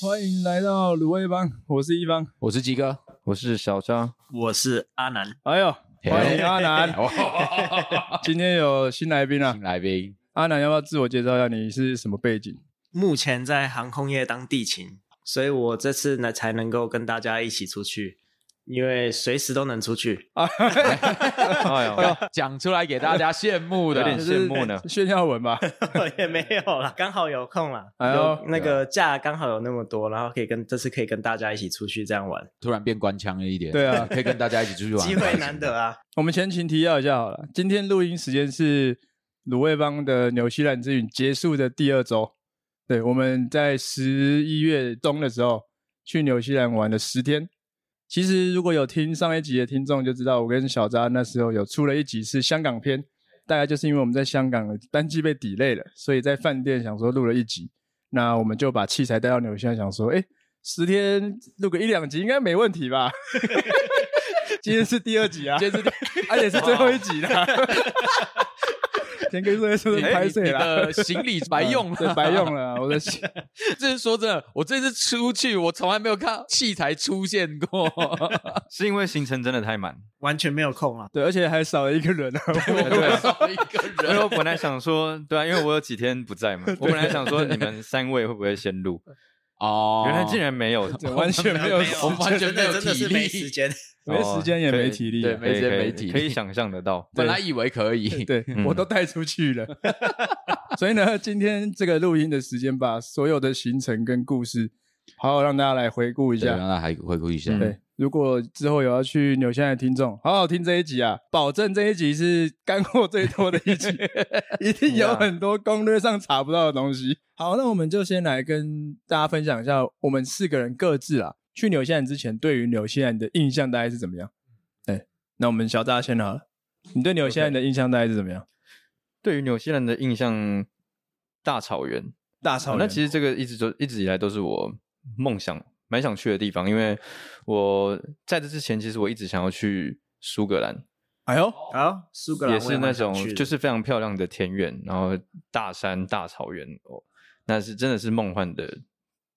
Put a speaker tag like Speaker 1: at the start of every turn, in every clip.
Speaker 1: 欢迎来到卤味帮，我是一方。
Speaker 2: 我是鸡哥，
Speaker 3: 我是小张，
Speaker 4: 我是阿南，
Speaker 1: 哎呦，
Speaker 2: 嘿
Speaker 1: 欢迎阿 南！
Speaker 2: 哦
Speaker 1: 今天有新来宾啊
Speaker 2: 新，来宾，
Speaker 1: 阿南要不要自我介绍一下？你是什么背景？
Speaker 4: 目前在航空业当地勤，所以我这次呢才能够跟大家一起出去，因为随时都能出去。
Speaker 1: 啊，
Speaker 3: 哎呦，啊
Speaker 2: 讲出来给大家羡慕
Speaker 3: 有
Speaker 2: 的，
Speaker 3: 点羡慕呢
Speaker 1: 这是炫耀文吧？
Speaker 4: 也没有啦，刚好有空啦，
Speaker 1: 哎呦
Speaker 4: 有那个假刚好有那么多，然后可以跟这次可以跟大家一起出去这样玩，
Speaker 2: 突然变官腔了一点。
Speaker 1: 对啊
Speaker 2: 可以跟大家一起出去玩，
Speaker 4: 机会难得啊！
Speaker 1: 我们前情提要一下好了，今天录音时间是卤味帮的纽西兰之旅结束的第二周。对，我们在十一月中的时候去纽西兰玩了十天。其实如果有听上一集的听众就知道，我跟小扎那时候有出了一集是香港篇，大概就是因为我们在香港的单机被抵累了，所以在饭店想说录了一集，那我们就把器材带到纽西兰，想说，哎，十天录个一两集应该没问题吧？今天是第二集啊，
Speaker 2: 今天是
Speaker 1: 而且是最后一集啦。 田哥说说
Speaker 2: 哎
Speaker 1: 拍
Speaker 2: 你
Speaker 1: 水
Speaker 2: 你
Speaker 1: 啦，嗯
Speaker 2: 的行李白用
Speaker 1: 对
Speaker 2: 了，
Speaker 1: 白用。了 啊，我的心，
Speaker 2: 这是说真的，我这次出去，我从来没有看到器材出现过。
Speaker 3: 哎是因为行程真的太满。
Speaker 4: 完全没有空啊
Speaker 1: 对，而且还少了一个人啊，
Speaker 2: 我
Speaker 3: 对
Speaker 2: 少一个
Speaker 3: 因为
Speaker 2: 人，
Speaker 3: 哎我本来想说，对啊，因为我有几天不在嘛，我本来想说你们三位会不会先录，
Speaker 2: 哦
Speaker 3: 原来竟然没有，
Speaker 1: 对完全没有时
Speaker 2: 我们完全
Speaker 4: 真
Speaker 2: 没
Speaker 4: 的
Speaker 2: 有
Speaker 4: 真的
Speaker 2: 体
Speaker 4: 是没时
Speaker 2: 力。
Speaker 4: 间。
Speaker 1: 没时间也
Speaker 3: 哦可以
Speaker 1: 没体力
Speaker 2: 对
Speaker 1: 啊。
Speaker 2: 没时间
Speaker 3: 可以
Speaker 2: 没体力
Speaker 3: 可以想象得到。
Speaker 2: 本来以为可以，
Speaker 1: 对
Speaker 3: 嗯
Speaker 1: 我都带出去了， 所以呢，今天这个录音的时间，把所有的行程跟故事，好好让大家来回顾一
Speaker 2: 对，
Speaker 1: 下
Speaker 2: 让。他还回顾一下。
Speaker 3: 嗯
Speaker 1: 对，如果之后有要去纽西兰的听众，好好听这一集啊，保证这一集是干货最多的一 集，一定有很多攻略上查不到的东西。啊好，那我们就先来跟大家分享一下，我们四个人各自啊，去纽西兰之前对于纽西兰的印象大概是怎么样？对，那我们小扎先好了，你对纽西兰的印象大概是怎么样？
Speaker 3: 对于纽西兰的印象，大草原，
Speaker 1: 大
Speaker 3: 哦
Speaker 1: 草
Speaker 3: 那
Speaker 1: 原，
Speaker 3: 其实这个一直都一直以来都是我梦想蛮想去的地方，因为我在这之前，其实我一直想要去苏格兰，
Speaker 1: 哎呦，
Speaker 4: 好，苏格兰
Speaker 3: 也是那种就是是非常漂亮的田园，然后大山大草原哦，那是真的是梦幻的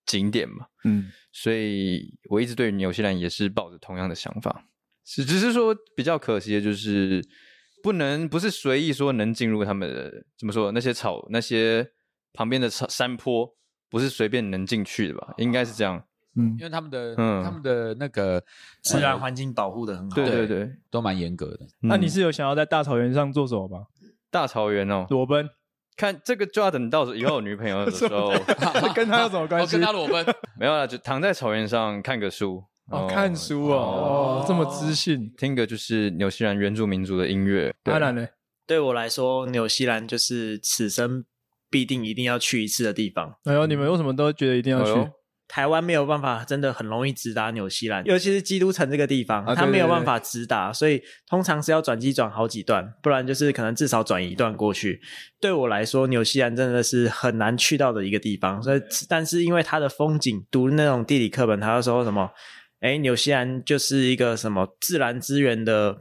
Speaker 3: 景点嘛。
Speaker 1: 嗯，
Speaker 3: 所以我一直对纽西兰也是抱着同样的想法，是只是说比较可惜的就是不能不是随意说能进入他们的怎么说那些草那些旁边的草山坡不是随便能进去的吧？应该是这样。
Speaker 1: 嗯
Speaker 2: 因，为他们的
Speaker 3: 嗯
Speaker 2: 他们的那个
Speaker 4: 自然
Speaker 2: 呃
Speaker 4: 环境保护的很好。
Speaker 3: 对对
Speaker 2: 对
Speaker 3: 对，
Speaker 2: 都蛮严格的。
Speaker 1: 那你
Speaker 3: 嗯
Speaker 1: 是有想要在大草原上做什么吗？
Speaker 3: 大草原哦，
Speaker 1: 裸奔，
Speaker 3: 看这个就要等到以后有女朋友的 时候哦
Speaker 1: 跟他有什么关
Speaker 2: 我
Speaker 1: 系
Speaker 2: 哦跟？他裸奔，
Speaker 3: 没有啦，就躺在草原上看个书。
Speaker 1: 哦，
Speaker 3: 然后
Speaker 1: 看书哦，哦，这么知性，
Speaker 3: 听个就是纽西兰原住民族的音乐。对
Speaker 1: 当然嘞。
Speaker 4: 对我来说，纽西兰就是此生必定一定要去一次的地方。
Speaker 1: 哎呦，你们为什么都觉得一定要
Speaker 3: 哎
Speaker 1: 去
Speaker 3: 呦？
Speaker 4: 台湾没有办法，真的很容易直达纽西兰，尤其是基督城这个地方，
Speaker 1: 啊对
Speaker 4: 它没有办法直达，所以通常是要转机转好几段，不然就是可能至少转一段过去。对我来说，纽西兰真的是很难去到的一个地方，所以但是因为它的风景，读那种地理课本，它就说什么，哎，纽西兰就是一个什么自然资源的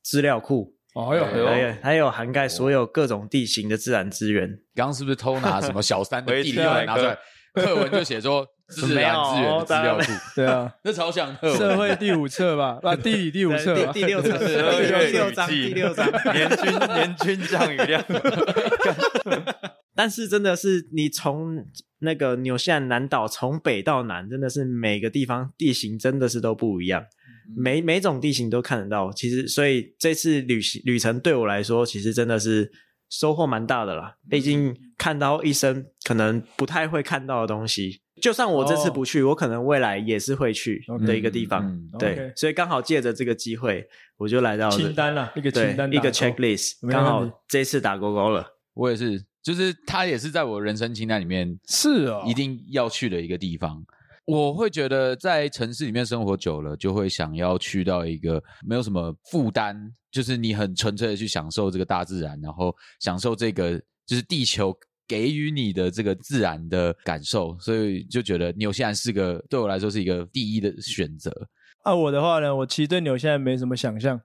Speaker 4: 资料库，
Speaker 1: 哦，哎呦，
Speaker 3: 哎
Speaker 1: 哎
Speaker 3: 呦
Speaker 1: 呦
Speaker 4: 还有还有涵盖所有各种地形的自然资源，
Speaker 2: 刚刚是不是偷拿什么小三 的地
Speaker 3: 我也
Speaker 2: 料
Speaker 3: 是
Speaker 2: 拿出来？课文就写说自然资源的资料 库，
Speaker 1: 对啊，
Speaker 2: 那超像课
Speaker 1: 社
Speaker 2: 文。
Speaker 1: 会第五册吧，啊，地理第五册
Speaker 4: 对
Speaker 1: 吧，
Speaker 4: 第第六章，第六章，第六章。
Speaker 3: 年均年均降雨 量。
Speaker 4: 但是真的是你从那个纽西兰南岛从北到南，真的是每个地方地形真的是都不一样，每每种地形都看得到。其实，所以这次旅行旅程对我来说，其实真的是收获蛮大的啦。毕竟看到一生可能不太会看到的东西，就算我这次不去，我可能未来也是会去
Speaker 1: OK
Speaker 4: 的一个地方。
Speaker 2: 嗯
Speaker 1: 嗯
Speaker 4: 对
Speaker 1: OK
Speaker 4: 所以刚好借着这个机会，我就来到 了
Speaker 1: 清单啊啦，一个
Speaker 4: 对
Speaker 1: 清单，
Speaker 4: 一
Speaker 1: 打勾
Speaker 4: 个 checklist，
Speaker 1: 没问题
Speaker 4: 刚好这次打勾勾了。
Speaker 2: 我也是，就是它也是在我人生清单里面
Speaker 1: 是哦，
Speaker 2: 一定要去的一个地方。我会觉得在城市里面生活久了，就会想要去到一个没有什么负担，就是你很纯粹的去享受这个大自然，然后享受这个就是地球给予你的这个自然的感受，所以就觉得纽西兰是个对我来说是一个第一的选择。
Speaker 1: 啊，我的话呢，我其实对纽西兰没什么想象，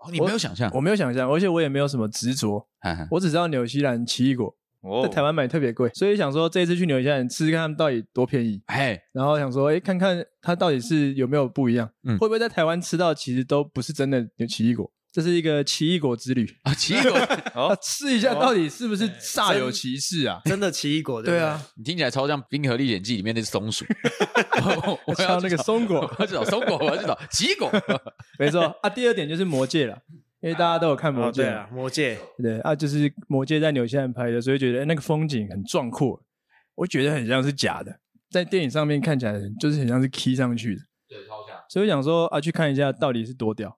Speaker 2: 哦，你没有想象，
Speaker 1: 我没有想象，而且我也没有什么执着，
Speaker 2: 哈哈
Speaker 1: 我只知道纽西兰奇异果
Speaker 3: 哦
Speaker 1: 在台湾买特别贵，所以想说这一次去纽西兰吃吃看他们到底多便宜，
Speaker 2: 哎，
Speaker 1: 然后想说，哎，看看它到底是有没有不一样，
Speaker 2: 嗯
Speaker 1: 会不会在台湾吃到其实都不是真的有奇异果，这是一个奇异果之旅，
Speaker 2: 啊，奇异果，
Speaker 1: 啊
Speaker 3: 哦，
Speaker 1: 试一下到底是不是煞有其事 啊？
Speaker 4: 真的奇异果，不
Speaker 1: 对啊，
Speaker 2: 你听起来超像《冰河历险记》里面那只松 鼠。我我
Speaker 1: 还
Speaker 2: 要
Speaker 1: 有那个
Speaker 2: 去找
Speaker 1: 松果
Speaker 2: 我，要去找松果，我要去找奇异果。
Speaker 1: 没错啊。第二点就是魔戒了，因为大家都有看魔
Speaker 4: 哦，
Speaker 1: 戒
Speaker 4: 对
Speaker 1: 嘛
Speaker 4: 啊，魔戒，
Speaker 1: 对啊，就是魔戒在纽西兰拍的，所以觉得诶哎那个风景很壮阔，我觉得很像是假的，在电影上面看起来就是很像是 key 上去的，
Speaker 2: 对，超像。
Speaker 1: 所以我想说啊，去看一下到底是多屌，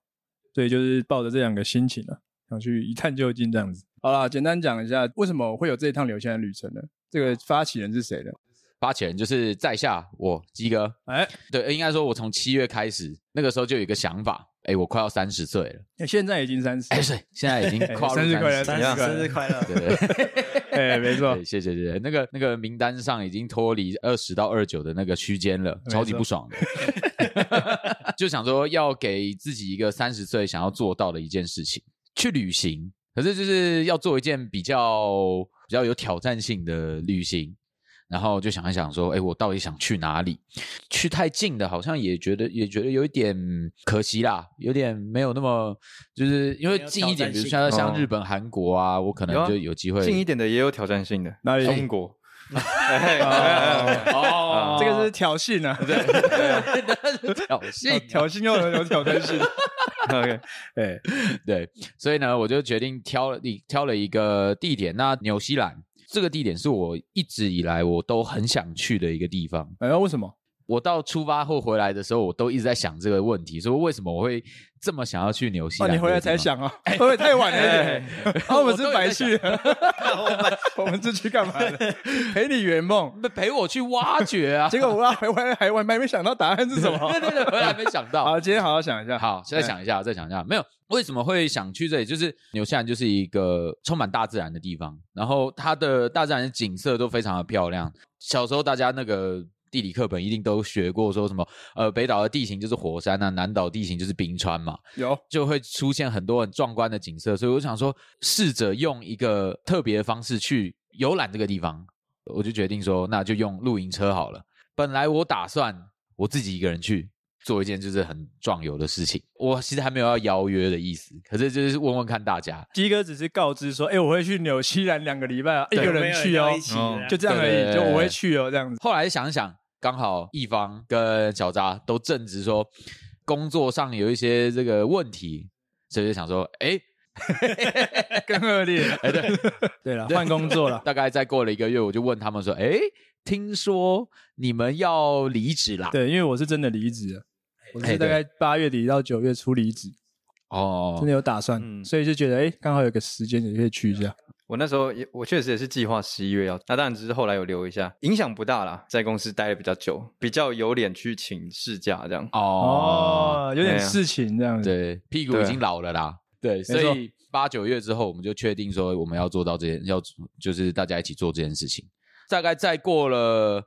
Speaker 1: 所以就是抱着这两个心情啊，想去一探究竟这样子。好啦，简单讲一下为什么会有这一趟纽西兰旅程呢？这个发起人是谁呢？
Speaker 2: 发起人就是在下我鸡哥。
Speaker 1: 哎，
Speaker 2: 对，应该说我从七月开始，那个时候就有一个想法，哎，我快要三十岁了，
Speaker 1: 现在已经 三十，
Speaker 2: 哎，是现在已经跨入
Speaker 1: 生
Speaker 2: 三
Speaker 1: 日快乐
Speaker 2: 十。
Speaker 4: 三
Speaker 3: 怎样
Speaker 4: 十生日快乐！
Speaker 2: 对对对，
Speaker 1: 哎，没错
Speaker 2: 对，谢谢谢谢。那个那个名单上已经脱离二十到二九的那个区间了，
Speaker 1: 错
Speaker 2: 超级不爽的。 就想说要给自己一个三十岁想要做到的一件事情，去旅行。可是就是要做一件比较比较有挑战性的旅行，然后就想一想说，哎，我到底想去哪里？去太近的，好像也觉得也觉得有一点可惜啦，有点没一点没有那么，就是因为
Speaker 4: 没有
Speaker 2: 近一
Speaker 4: 挑
Speaker 2: 点，
Speaker 4: 战
Speaker 2: 比如
Speaker 4: 性
Speaker 2: 像像
Speaker 3: 哦
Speaker 2: 日本、韩国啊，我可
Speaker 3: 有
Speaker 2: 能
Speaker 3: 啊
Speaker 2: 就有机会
Speaker 3: 近一点的也有挑战性的，
Speaker 1: 哪里
Speaker 3: 中国。
Speaker 2: 哦
Speaker 1: 这个是挑衅啊，
Speaker 2: 是挑
Speaker 1: 挑
Speaker 2: 衅啊，
Speaker 1: 挑衅又很有挑战性。
Speaker 3: OK，
Speaker 1: 哎，
Speaker 2: 对，所以呢，我就决定挑了一挑了一个地点，那纽西兰这个地点是我一直以来我都很想去的一个地方。
Speaker 1: 然后为什么？
Speaker 2: 我到出发后回来的时候，我都一直在想这个问题，说为什么我会这么想要去纽西
Speaker 1: 哦，
Speaker 2: 兰？
Speaker 1: 你回来才，想啊？会不会太晚了一点？啊，我们是白去，我们是去干嘛的？陪你圆梦。
Speaker 2: 陪我去挖掘 啊！
Speaker 1: 结果我要回来还完还没想到答案是什么。
Speaker 2: 对对对，回来没想到。
Speaker 1: 好，今天好好想一下。
Speaker 2: 好，再想一下，再想一下，没有为什么会想去这里？就是纽西兰就是一个充满大自然的地方，然后它的大自然的景色都非常的漂亮。小时候大家那个地理课本一定都学过，说什么呃北岛的地形就是火山啊，南岛地形就是冰川嘛，
Speaker 1: 有
Speaker 2: 就会出现很多很壮观的景色。所以我想说，试着用一个特别的方式去游览这个地方，我就决定说，那就用露营车好了。本来我打算我自己一个人去做一件就是很壮游的事情，我其实还没有要邀约的意思，可是就是问问看大家，
Speaker 1: 鸡哥只是告知说，哎，我会去纽西兰两个礼拜啊，一
Speaker 4: 一
Speaker 1: 个人去哦，
Speaker 3: 哦
Speaker 1: 就这样而
Speaker 2: 对对
Speaker 1: 已，
Speaker 2: 对
Speaker 1: 就我会去哦，这样子。
Speaker 2: 后来想想，刚好一方跟小扎都正值说工作上有一些这个问题，所以就想说， 哎，
Speaker 1: 更恶劣。
Speaker 2: 哎对，
Speaker 1: 对了，换工作了。
Speaker 2: 大概再过了一个月，我就问他们说，哎，听说你们要离职啦？，
Speaker 1: 对，因为我是真的离职了，我是大概八月底到九月初离职，
Speaker 2: 哦
Speaker 1: 真的，有打算，
Speaker 3: 嗯
Speaker 1: 所以就觉得哎，刚好有个时间也可以去一下。
Speaker 3: 我那时候也我确实也是计划十一月要，那当然只是后来有留一下，影响不大啦，在公司待的比较久，比较有脸去请事假这样。
Speaker 2: 哦，
Speaker 1: 哦，有点
Speaker 3: 哎呀
Speaker 1: 事情这样子。
Speaker 2: 对，屁股
Speaker 3: 对
Speaker 2: 已经老了啦。对，所
Speaker 1: 错
Speaker 2: 以八九月之后，我们就确定说我们要做到这件，要就是大家一起做这件事情。大概再过了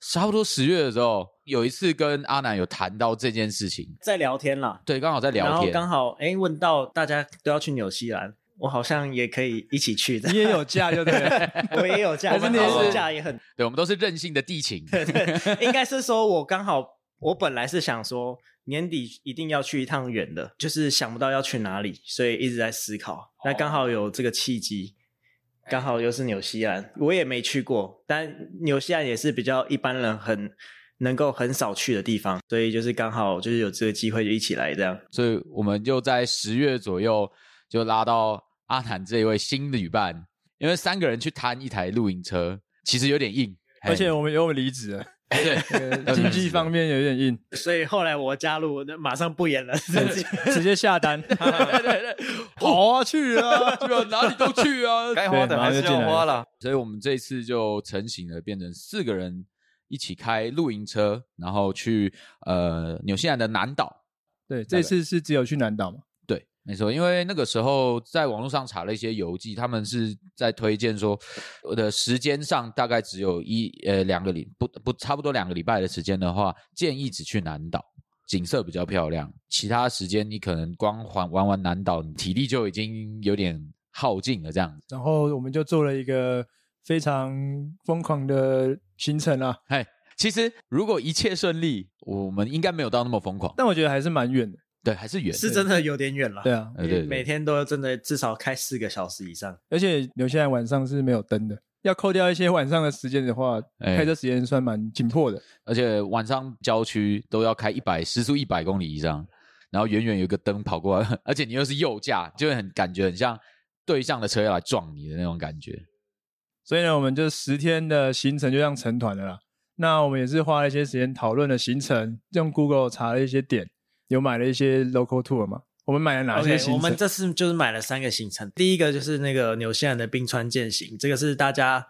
Speaker 2: 差不多十月的时候，有一次跟阿南有谈到这件事情，
Speaker 4: 在聊天啦，
Speaker 2: 对，刚好在
Speaker 4: 然
Speaker 2: 聊
Speaker 4: 后
Speaker 2: 天，
Speaker 4: 刚好哎问到大家都要去纽西兰，我好像也可以一起去的
Speaker 1: 你，也有假就对了，
Speaker 4: 我也有假，
Speaker 1: 还是你也
Speaker 4: 我
Speaker 1: 是
Speaker 4: 假也很
Speaker 2: 对，我们都是任性的地勤，
Speaker 4: 应该是说，我刚好，我本来是想说年底一定要去一趟远的，就是想不到要去哪里，所以一直在思考。那刚好有这个契机，刚好又是纽西兰，我也没去过，但纽西兰也是比较一般人很能够很少去的地方，所以就是刚好就是有这个机会就一起来这样。
Speaker 2: 所以我们就在十月左右就拉到阿南这一位新的旅伴，因为三个人去摊一台露营车，其实有点硬，
Speaker 1: 而
Speaker 2: 哎
Speaker 1: 且我们有我们离职了，
Speaker 2: 嘿对，
Speaker 1: 呃经济方面有点硬，
Speaker 4: 所以后来我加入，那马上不演了， 自己
Speaker 1: 直接下单。
Speaker 2: 对对 对，
Speaker 1: 好啊，去啊！
Speaker 2: 对吧？哪里都去啊，
Speaker 3: 该花的还是要花啦。
Speaker 2: 所以我们这一次就成型了，变成四个人一起开露营车，然后去呃纽西兰的南岛。
Speaker 1: 对，这次是只有去南岛嘛？
Speaker 2: 对，没错，因为那个时候在网络上查了一些游记，他们是在推荐说，我的时间上大概只有一呃两个礼不不差不多两个礼拜的时间的话，建议只去南岛，景色比较漂亮。其他时间你可能光环玩完南岛，你体力就已经有点耗尽了这样子。
Speaker 1: 然后我们就做了一个非常疯狂的行程啊，
Speaker 2: 嘿，其实如果一切顺利，我们应该没有到那么疯狂，
Speaker 1: 但我觉得还是蛮远的。
Speaker 2: 对，还是远。
Speaker 4: 是真的有点远了。
Speaker 1: 对啊，
Speaker 2: 呃，对对
Speaker 4: 每天都真的至少开四个小时以上。
Speaker 1: 而且纽西兰晚上是没有灯的，要扣掉一些晚上的时间的话，
Speaker 2: 哎
Speaker 1: 开车时间算蛮紧迫的。
Speaker 2: 而且晚上郊区都要开一百时速一百公里以上，然后远远有一个灯跑过来， 而且你又是右驾，就会很感觉很像对向的车要来撞你的那种感觉。
Speaker 1: 所以呢，我们就十天的行程就这样成团了啦。那我们也是花了一些时间讨论了行程，用 Google 查了一些点，有买了一些 local tour 嘛。我们买了哪些
Speaker 4: OK，
Speaker 1: 行程
Speaker 4: 我们这次就是买了三个行程，第一个就是那个纽西兰的冰川健行，这个是大家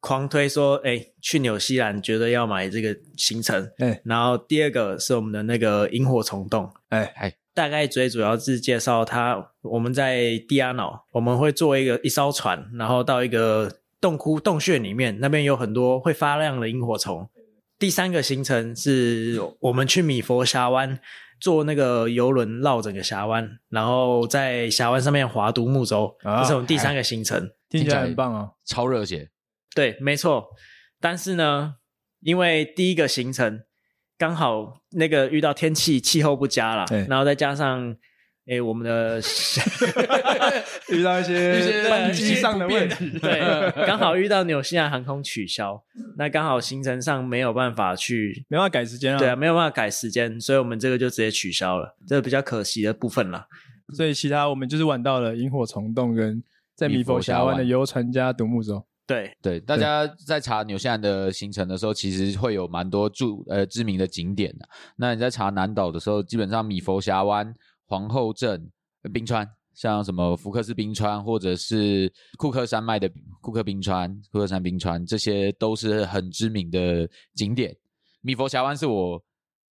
Speaker 4: 狂推说，哎，去纽西兰觉得要买这个行程。
Speaker 1: 哎
Speaker 4: 然后第二个是我们的那个萤火虫洞，
Speaker 1: 哎
Speaker 4: 大概最主要是介绍它，我们在蒂亚瑙，我们会坐一个一艘船，然后到一个洞窟洞穴里面，那边有很多会发亮的萤火虫。第三个行程是我们去米佛峡湾坐那个游轮绕整个峡湾，然后在峡湾上面划独木舟，
Speaker 1: 啊
Speaker 4: 这是我们第三个行程。
Speaker 1: 听起来很棒哦。
Speaker 2: 超热血，
Speaker 4: 对，没错。但是呢，因为第一个行程刚好那个遇到天气气候不佳啦
Speaker 1: 对，
Speaker 4: 然后再加上诶我们的
Speaker 1: 遇到一
Speaker 2: 一
Speaker 1: 些
Speaker 2: 些
Speaker 1: 班机上的问题，
Speaker 4: 对，刚好遇到纽西兰航空取消，那刚好行程上没有办 法去，
Speaker 1: 没办法改时间啊。
Speaker 4: 对啊，没有办法改时间，所以我们这个就直接取消了，这个比较可惜的部分啦。
Speaker 1: 所以其他我们就是玩到了萤火虫洞跟在米佛峡湾的游船加独木舟。
Speaker 4: 对，
Speaker 2: 对，大家在查纽西兰的行程的时候，其实会有蛮多著呃知名的景点的、那你在查南岛的时候，基本上米佛峡湾、皇后镇、呃冰川，像什么福克斯冰川，或者是库克山脉的库克冰川、库克山冰川，这些都是很知名的景点。米佛峡湾是我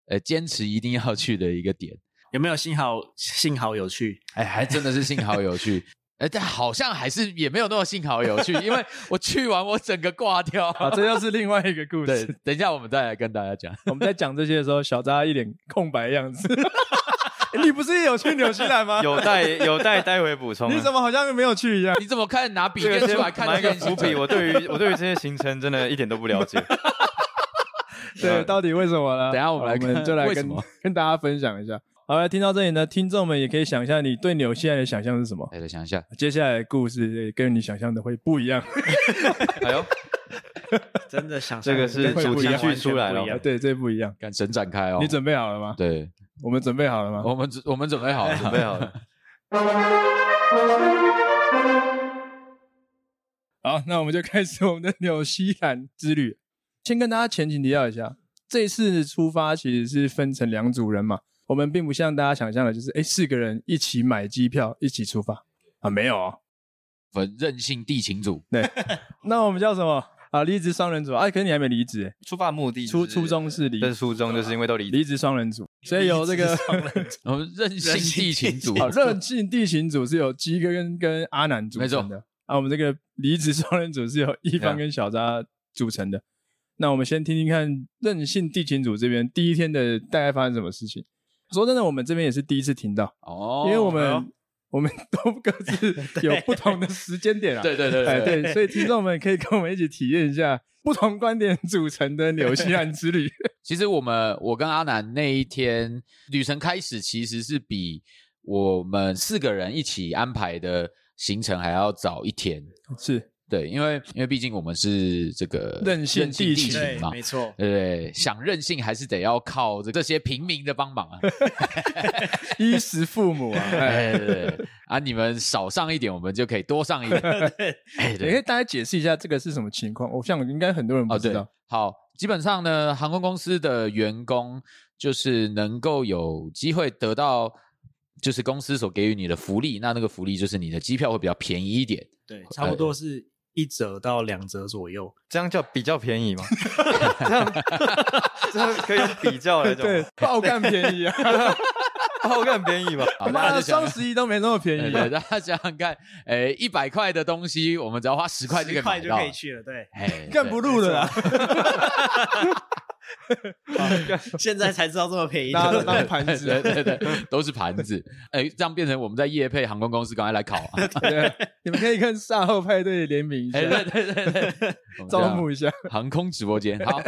Speaker 2: 呃坚持一定要去的一个点，
Speaker 4: 有没有幸好幸好有趣？
Speaker 2: 哎，还真的是幸好有去。 哎，但好像还是也没有那么幸好有趣，因为我去完我整个挂掉。
Speaker 1: 啊，这又是另外一个故
Speaker 2: 对
Speaker 1: 事。，
Speaker 2: 等一下我们再来跟大家讲。
Speaker 1: 我们在讲这些的时候，小扎一脸空白的样子。 你不是也有去纽西兰吗？
Speaker 3: 有待有待待会补充啊。
Speaker 1: 你怎么好像没有去一样？
Speaker 2: 你怎么看拿笔
Speaker 3: 这
Speaker 2: 电
Speaker 3: 个
Speaker 2: 出
Speaker 3: 先
Speaker 2: 来看
Speaker 3: 埋
Speaker 2: 这
Speaker 3: 个
Speaker 2: 件事
Speaker 3: 伏笔，
Speaker 2: 情？
Speaker 3: 我对于我对于这些行程真的一点都不了解。
Speaker 1: 对，到底为什么呢？
Speaker 2: 等一下我们来看
Speaker 1: 就来
Speaker 2: 为什
Speaker 1: 跟
Speaker 2: 么
Speaker 1: 跟大家分享一下。好了，听到这里呢，听众们也可以想一下你对纽西兰的想象是什么。
Speaker 2: 哎，我想一下，
Speaker 1: 接下来的故事也跟你想象的会不一样。
Speaker 3: 哎呦，
Speaker 4: 真 的想
Speaker 3: 这个是
Speaker 1: 主题
Speaker 3: 剧出来了
Speaker 4: 了，
Speaker 1: 对，这不一样。
Speaker 2: 敢神展开哦！
Speaker 1: 你准备好了吗？
Speaker 2: 对，
Speaker 1: 我们准备好了吗？
Speaker 2: 我们准我们 准备好
Speaker 3: 准备
Speaker 2: 了。
Speaker 3: 好了，
Speaker 1: 好，那我们就开始我们的纽西兰之旅。先跟大家前情提要一下，这次出发其实是分成两组人嘛，我们并不像大家想象的，就是哎四个人一起买机票一起出发啊，没有哦。
Speaker 2: 我们任性地勤组，
Speaker 1: 那我们叫什么啊？离职双人组啊？哎可是你还没离职欸，
Speaker 3: 出发目的
Speaker 1: 初
Speaker 3: 就是
Speaker 1: 初中是离
Speaker 3: 但是初中就是因为都离
Speaker 1: 离职双人组，所以有这个
Speaker 2: 我们 任性地勤组，
Speaker 1: 好热性地形组是由鸡哥跟跟阿南组成
Speaker 2: 没啊
Speaker 1: 的，啊，我们这个离职双人组是由一方跟小扎组成的。那我们先听听看任性地勤组这边第一天的大概发生什么事情。说真的，我们这边也是第一次听到，
Speaker 2: 哦，
Speaker 1: 因为我们、
Speaker 3: 哎呦
Speaker 1: 我们 都各自有不同的时间点啊。
Speaker 2: 对对对
Speaker 1: 哎，
Speaker 2: 对，
Speaker 1: 对，所以听众们可以跟我们一起体验一下不同观点组成的纽西兰之 旅。
Speaker 2: 其实我们我跟阿南那一天旅程开始，其实是比我们四个人一起安排的行程还要早一天。
Speaker 1: 是，
Speaker 2: 对，因为因为毕竟我们是这个
Speaker 1: 任性
Speaker 2: 地
Speaker 1: 地勤
Speaker 2: 勤
Speaker 4: 对
Speaker 2: 嘛，，
Speaker 4: 没错。
Speaker 2: 对想任性还是得要靠这这些平民的帮忙 啊。
Speaker 1: 衣食父母啊。哎，
Speaker 2: 哎，对对对啊，你们少上一点，我们就可以多上一 点。哎，
Speaker 1: 你可
Speaker 2: 对
Speaker 1: 以，大家解释一下这个是什么情况？我想应该很多人不
Speaker 2: 哦
Speaker 1: 知
Speaker 2: 对
Speaker 1: 道。，
Speaker 2: 好，基本上呢，航空公司的员工就是能够有机会得到。就是公司所给予你的福利，那那个福利就是你的机票会比较便宜一点，
Speaker 4: 对，差不多是一折到两折左右。
Speaker 3: 这样叫比较便宜吗？这样这样可以用比较来讲吗，
Speaker 1: 对，爆干便宜啊！
Speaker 3: 好看便宜吧？
Speaker 4: 哎
Speaker 2: 好，大
Speaker 1: 妈
Speaker 2: 家
Speaker 1: 的
Speaker 2: 就想
Speaker 1: 双。十一都没那么便
Speaker 2: 对
Speaker 1: 宜
Speaker 2: 对，
Speaker 1: 啊，
Speaker 2: 大家想想看，诶，一百块的东西，我们只要花十块就可以
Speaker 4: 十
Speaker 2: 买
Speaker 4: 块就
Speaker 2: 到
Speaker 4: 可，以去了。对，
Speaker 2: 哎，
Speaker 1: 干不录了啊啦，
Speaker 4: 现在才知道这 么便宜。
Speaker 1: 大家都
Speaker 4: 对不对
Speaker 1: 当盘子
Speaker 2: 对，对对对，都是盘子，哎，这样变成我们在业配航空公司，赶快来考啊！
Speaker 1: 对你们可以跟赛后派对联名一下
Speaker 2: 哎，，对对对 对，啊我们这
Speaker 1: 招
Speaker 2: 样
Speaker 1: 募一下，
Speaker 2: 航空直播间。好，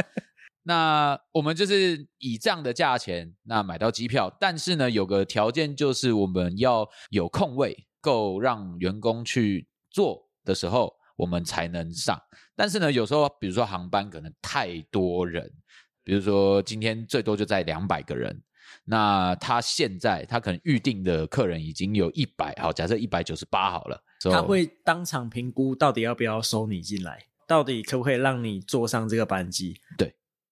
Speaker 2: 那我们就是以这样的价钱那买到机票，但是呢，有个条件就是我们要有空位，够让员工去坐的时候，我们才能上。但是呢，有时候比如说航班可能太多人，比如说今天最多就在两百个人。那他现在他可能预定的客人已经有一百，好，假设一百九十八好了，So-
Speaker 4: 他会当场评估到底要不要收你进来，到底可不可以让你坐上这个班机。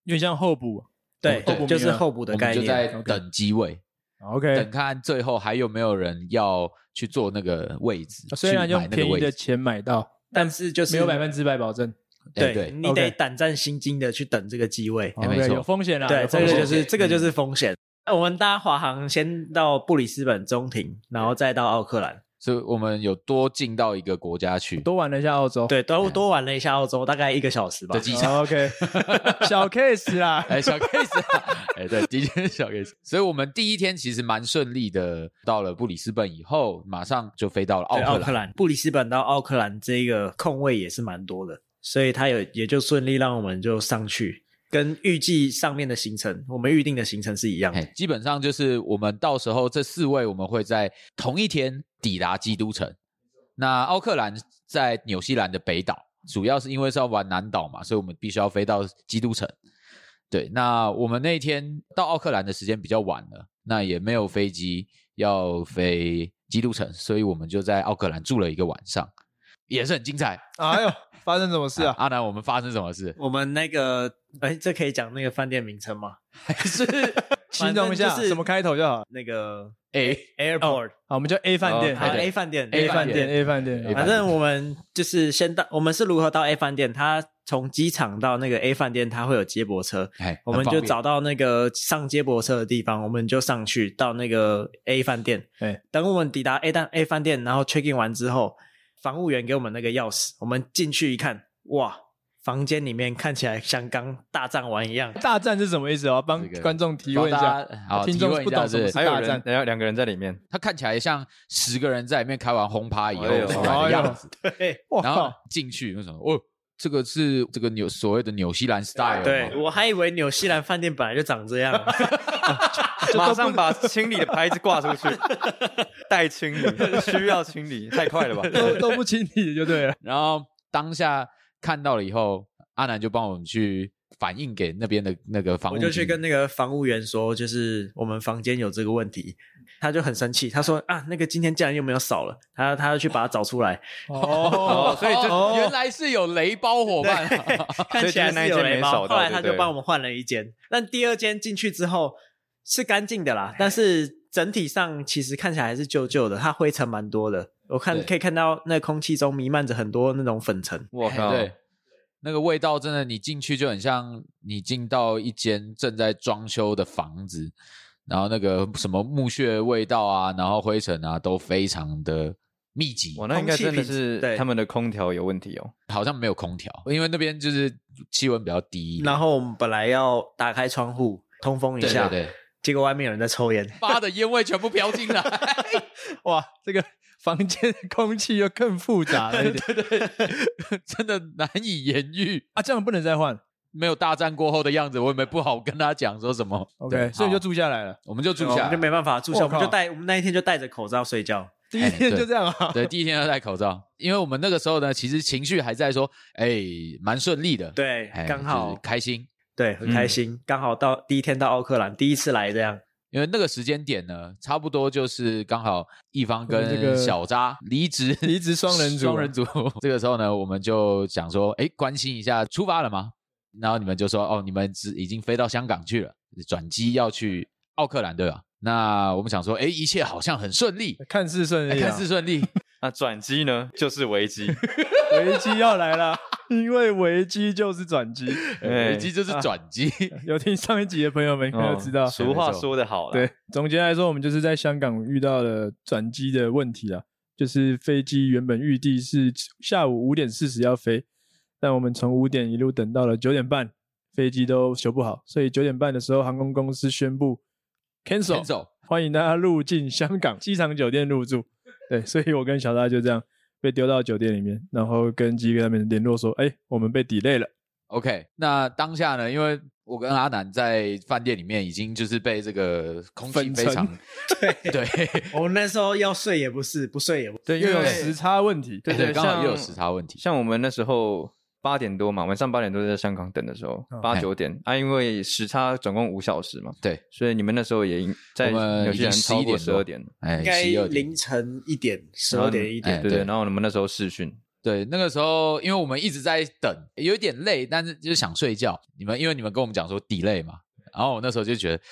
Speaker 1: 有点像候
Speaker 2: 啊
Speaker 1: 补
Speaker 4: 对
Speaker 1: 候补名，额
Speaker 4: 就是候补的
Speaker 2: 我们
Speaker 4: 概
Speaker 2: 就在
Speaker 4: 念。
Speaker 2: 等机位。
Speaker 1: ，OK 啊
Speaker 2: 等。看最后还有没有人要去坐那个位置，
Speaker 1: 啊虽然
Speaker 2: 去
Speaker 1: 用
Speaker 2: 买那个
Speaker 1: 便宜
Speaker 2: 位
Speaker 1: 的
Speaker 2: 置，
Speaker 1: 钱买到，
Speaker 4: 但是就是
Speaker 1: 没有百分之百保证，
Speaker 2: 哎
Speaker 4: 对，
Speaker 2: 对，
Speaker 4: 你得
Speaker 1: OK
Speaker 4: 胆战心惊的去等这个机位。
Speaker 2: 哎没错
Speaker 1: OK，有风险啦。
Speaker 4: 对，
Speaker 1: 有
Speaker 4: 这
Speaker 1: 风
Speaker 4: 个
Speaker 1: 险
Speaker 4: 就是这个
Speaker 2: 嗯
Speaker 4: 就是风险。那我们搭华航先到布里斯本中庭，然后再到奥克兰，
Speaker 2: 所以我们有多进到一个国家去。
Speaker 1: 多玩了一下澳洲，
Speaker 4: 对，
Speaker 2: 哎
Speaker 4: 都多玩了一下澳洲，大概一个小时吧
Speaker 2: 的。机场，
Speaker 1: 好，OK，小 case 啦，
Speaker 2: 哎，小 case，啊哎，对，的确是小 case。所以我们第一天其实蛮顺利的，到了布里斯本以后，马上就飞到了奥
Speaker 4: 对，奥
Speaker 2: 克
Speaker 4: 克
Speaker 2: 兰。
Speaker 4: 兰，布里斯本到奥克兰这个空位也是蛮多的，所以他有也就顺利让我们就上去，跟预计上面的行程，我们预定的行程是一样的
Speaker 2: 哎，。基本上就是我们到时候这四位我们会在同一天抵达基督城。那奥克兰在纽西兰的北岛，主要是因为是要玩南岛嘛，所以我们必须要飞到基督城。对，那我们那天到奥克兰的时间比较晚了，那也没有飞机要飞基督城，所以我们就在奥克兰住了一个晚上，也是很精彩。
Speaker 1: 哎呦，发生什么事啊？
Speaker 2: 阿南，我们发生什么事？
Speaker 4: 我们那个，哎，这可以讲那个饭店名称 吗？
Speaker 2: 还是
Speaker 1: 形容一下
Speaker 4: 反正就是
Speaker 1: 什么开头就好。
Speaker 4: 那个
Speaker 2: 哎，
Speaker 4: airport，哦
Speaker 1: 好，我们叫 A 饭店
Speaker 4: 好
Speaker 2: 对
Speaker 4: A 饭店
Speaker 2: A
Speaker 1: ，A
Speaker 2: 饭
Speaker 1: 饭
Speaker 2: 店
Speaker 1: 店，A 饭店
Speaker 2: A
Speaker 1: 啊
Speaker 2: 饭
Speaker 4: 反
Speaker 2: 店
Speaker 4: 正我们就是先到，我们是如何到 A 饭店？他从机场到那个 A 饭店，他会有接驳车，
Speaker 2: 哎，
Speaker 4: 我们
Speaker 2: 很方
Speaker 4: 就
Speaker 2: 便
Speaker 4: 找到那个上接驳车的地方，我们就上去到那个 A 饭店。
Speaker 1: 哎，
Speaker 4: 等我们抵达 A 蛋 A 饭店，然后 check in 完之后，房务员给我们那个钥匙，我们进去一看，哇，房间里面看起来像刚大战完一样。
Speaker 1: 大战是什么意思？我要帮
Speaker 2: 这个
Speaker 1: 观众提问一
Speaker 2: 帮
Speaker 1: 下
Speaker 2: 大家，好
Speaker 1: 听
Speaker 2: 提
Speaker 1: 众
Speaker 2: 问一
Speaker 1: 不
Speaker 2: 下
Speaker 1: 懂什么
Speaker 2: 是
Speaker 1: 是
Speaker 3: 还有
Speaker 1: 大
Speaker 3: 人
Speaker 1: 战，。
Speaker 3: 然后两个人在里面，
Speaker 2: 他看起来像十个人在里面开完轰趴以后
Speaker 3: 哎呦
Speaker 2: 出来的样子，
Speaker 4: 对，
Speaker 1: 哇
Speaker 2: 然后
Speaker 1: 靠，
Speaker 2: 进去为什么？哦，这个是这个纽所谓的纽西兰 style，
Speaker 4: 对
Speaker 2: 吗
Speaker 4: 我还以为纽西兰饭店本来就长这 样，
Speaker 3: 马上把清理的牌子挂出 去，待清理，需要清理，太快了吧？
Speaker 1: 都都不清理就对了。
Speaker 2: 然后当下看到了以后，阿南就帮我们去反映给那边的那个房
Speaker 4: 我
Speaker 2: 屋
Speaker 4: 就
Speaker 2: 经理，
Speaker 4: 去跟那个房务员说，就是我们房间有这个问题，他就很生气，他说啊，那个今天竟然又没有扫了，他他要去把它找出来，
Speaker 1: 哦
Speaker 3: 哦，所以就
Speaker 2: 哦原来是有雷包伙伴啊、
Speaker 4: 看起
Speaker 3: 所
Speaker 4: 来
Speaker 3: 以就是那
Speaker 4: 是
Speaker 3: 一间
Speaker 4: 有雷
Speaker 3: 没
Speaker 4: 包，
Speaker 3: 扫到
Speaker 4: 后来他
Speaker 3: 对不
Speaker 4: 就
Speaker 3: 对
Speaker 4: 帮我们换了一间。但第二间进去之后是干净的啦，但是整体上其实看起来还是旧旧的，它灰尘蛮多的。我看
Speaker 2: 对
Speaker 4: 可以看到那空气中弥漫着很多那种粉尘。
Speaker 3: 我
Speaker 2: 哎
Speaker 3: 靠，
Speaker 2: 对，那个味道真的，你进去就很像你进到一间正在装修的房子，然后那个什么木屑味道啊，然后灰尘啊，都非常的密集，
Speaker 3: 哇，那应该真的
Speaker 4: 空气品质
Speaker 3: 是
Speaker 4: 对
Speaker 3: 他们的空调有问题哦。
Speaker 2: 好像没有空调，因为那边就是气温比较低一点。
Speaker 4: 然后我们本来要打开窗户通风一
Speaker 2: 对
Speaker 4: 下，
Speaker 2: 对对，
Speaker 4: 结果外面有人在抽烟。
Speaker 2: 妈的烟味全部飘进来，
Speaker 1: 哇，这个房间的空气又更复杂了一点
Speaker 2: 真的难以言喻。
Speaker 1: 啊！这样不能再换
Speaker 2: 没有大战过后的样子，我也没不好跟他讲说什么。
Speaker 1: ，OK，
Speaker 2: 对
Speaker 1: 所以就
Speaker 2: 好
Speaker 1: 住下来了。
Speaker 2: 我们就住
Speaker 4: 我
Speaker 2: 下
Speaker 4: 们就没
Speaker 2: 来。
Speaker 4: 办法住校，
Speaker 1: 我
Speaker 4: 我们就
Speaker 1: 靠
Speaker 4: 戴我们那一天就戴着口罩睡觉。
Speaker 1: 第一天就这样啊？
Speaker 2: 哎对，第一天要戴口罩，因为我们那个时候呢，其实情绪还在说，哎，蛮顺利的。
Speaker 4: 对
Speaker 2: 哎，
Speaker 4: 刚
Speaker 2: 就
Speaker 4: 好
Speaker 2: 是开心，
Speaker 4: 对很开心，刚好到第一天到奥克兰，第一次来这样。
Speaker 2: 因为那个时间点呢，差不多就是刚好一方
Speaker 1: 我们这
Speaker 2: 跟
Speaker 1: 个
Speaker 2: 小扎离职，
Speaker 1: 离职双人组啊
Speaker 2: 双人组。 这个时候呢，我们就想说，哎，关心一下，出发了吗？然后你们就说，哦，你们只已经飞到香港去了，转机要去奥克兰，对吧？那我们想说，哎，一切好像很顺利，
Speaker 1: 看似顺利啊，
Speaker 2: 看似顺利。
Speaker 3: 那转机呢，就是危机。
Speaker 1: 危机要来了，因为危机就是转机。
Speaker 3: 哎
Speaker 2: 危机就是 转机，
Speaker 1: 有听上一集的朋友们应 该
Speaker 3: 哦
Speaker 1: 都知道，
Speaker 3: 俗话说得好啦，
Speaker 1: 对，总结来说，我们就是在香港遇到了转机的问题啊，就是飞机原本预计是下午五点四十要飞，但我们从五点一路等到了九点半，飞机都修不好，所以九点半的时候，航空公司宣布 cancel，,
Speaker 2: 走。
Speaker 1: 欢迎大家入境香港机场酒店入住。对，所以我跟小大就这样被丢到酒店里面，然后跟机哥他们联络说，哎，我们被 delay 了。
Speaker 2: OK，那当下呢？因为我跟阿南在饭店里面已经就是被这个空气
Speaker 1: 分
Speaker 2: 非
Speaker 1: 层
Speaker 2: 常 对
Speaker 4: 我那时候要睡也不是，不睡也不
Speaker 3: 对，因
Speaker 1: 又有
Speaker 3: 为
Speaker 1: 时差问题，
Speaker 3: 对
Speaker 2: 对，刚好又有
Speaker 3: 像
Speaker 2: 时差问题。
Speaker 3: 像我们那时候八点多嘛，晚上八点多在香港等的时候
Speaker 2: 哦
Speaker 1: 嗯，
Speaker 3: 八九点啊，因为时差总共五小时嘛，
Speaker 2: 对，
Speaker 3: 所以你们那时候也应在
Speaker 2: 我们
Speaker 3: 纽西兰
Speaker 2: 已经
Speaker 3: 超
Speaker 2: 11
Speaker 3: 过十
Speaker 2: 点多
Speaker 3: 二点了，
Speaker 2: 哎
Speaker 4: 应，该
Speaker 2: 12点
Speaker 4: 凌晨一点、十
Speaker 3: 然后
Speaker 4: 二
Speaker 3: 你
Speaker 4: 点一点
Speaker 2: 哎。
Speaker 3: 对对。
Speaker 2: 对
Speaker 3: 然后你们那时候试训，
Speaker 2: 对，那个时候因为我们一直在等，有一点累，但是就是想睡觉。你们因为你们跟我们讲说 delay 嘛，然后我那时候就觉得，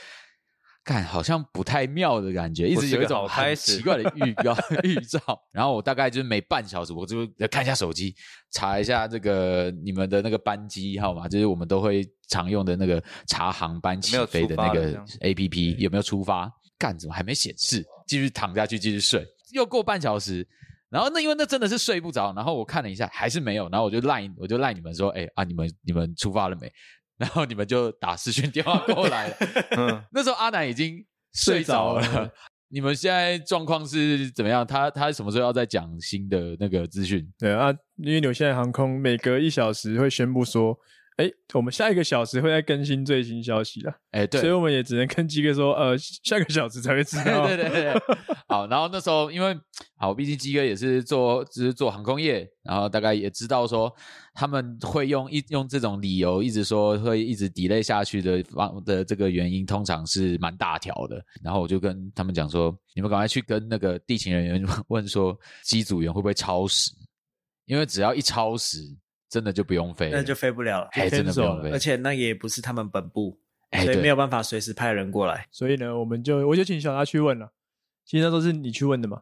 Speaker 2: 看好像不太妙的感觉，一
Speaker 3: 不
Speaker 2: 直
Speaker 3: 是
Speaker 2: 有一
Speaker 3: 个
Speaker 2: 种
Speaker 3: 好开
Speaker 2: 很
Speaker 3: 始
Speaker 2: 奇怪的预告 预兆。然后我大概就是每半小时，我就看一下手机，查一下这个你们的那个班机号码，就是我们都会常用的那个查航班起
Speaker 3: 有没有
Speaker 2: 飞的
Speaker 3: 出
Speaker 2: 那
Speaker 3: 发了
Speaker 2: 个
Speaker 3: 这样
Speaker 2: A P P 有没有出发？干怎么还没显示？继续躺下去，继续睡。又过半小时，然后那因为那真的是睡不着，然后我看了一下还是没有，然后我就赖我就赖你们说，哎、啊你们你们出发了没？ 然后你们就打视讯电话过来了。
Speaker 3: 嗯，
Speaker 2: 那时候阿南已经睡着
Speaker 1: 睡着
Speaker 2: 了
Speaker 1: 了。
Speaker 2: 你们现在状况是怎么样？他他什么时候要再讲新的那个资讯？
Speaker 1: 对啊，因为纽西兰航空每隔一小时会宣布说，哎，我们下一个小时会再更新最新消息啦。
Speaker 2: 哎、对，
Speaker 1: 所以我们也只能跟机哥说，呃，下个小时才会知道。
Speaker 2: 对对对对，好，然后那时候因为好，毕竟鸡哥也是做就是做航空业，然后大概也知道说他们会用一用这种理由一直说会一直 delay 下去的方的这个原因，通常是蛮大条的。然后我就跟他们讲说，你们赶快去跟那个地勤人员 问说，机组员会不会超时？因为只要一超时，真的就不用飞了，
Speaker 4: 那就飞不了了，
Speaker 2: 哎，真的不用飞，
Speaker 4: 而且那也不是他们本部，
Speaker 2: 哎
Speaker 4: 所以
Speaker 2: 对
Speaker 4: 没有办法随时派人过来。
Speaker 1: 所以呢，我们就我就请小拉去问了。其实那都是你去问的嘛，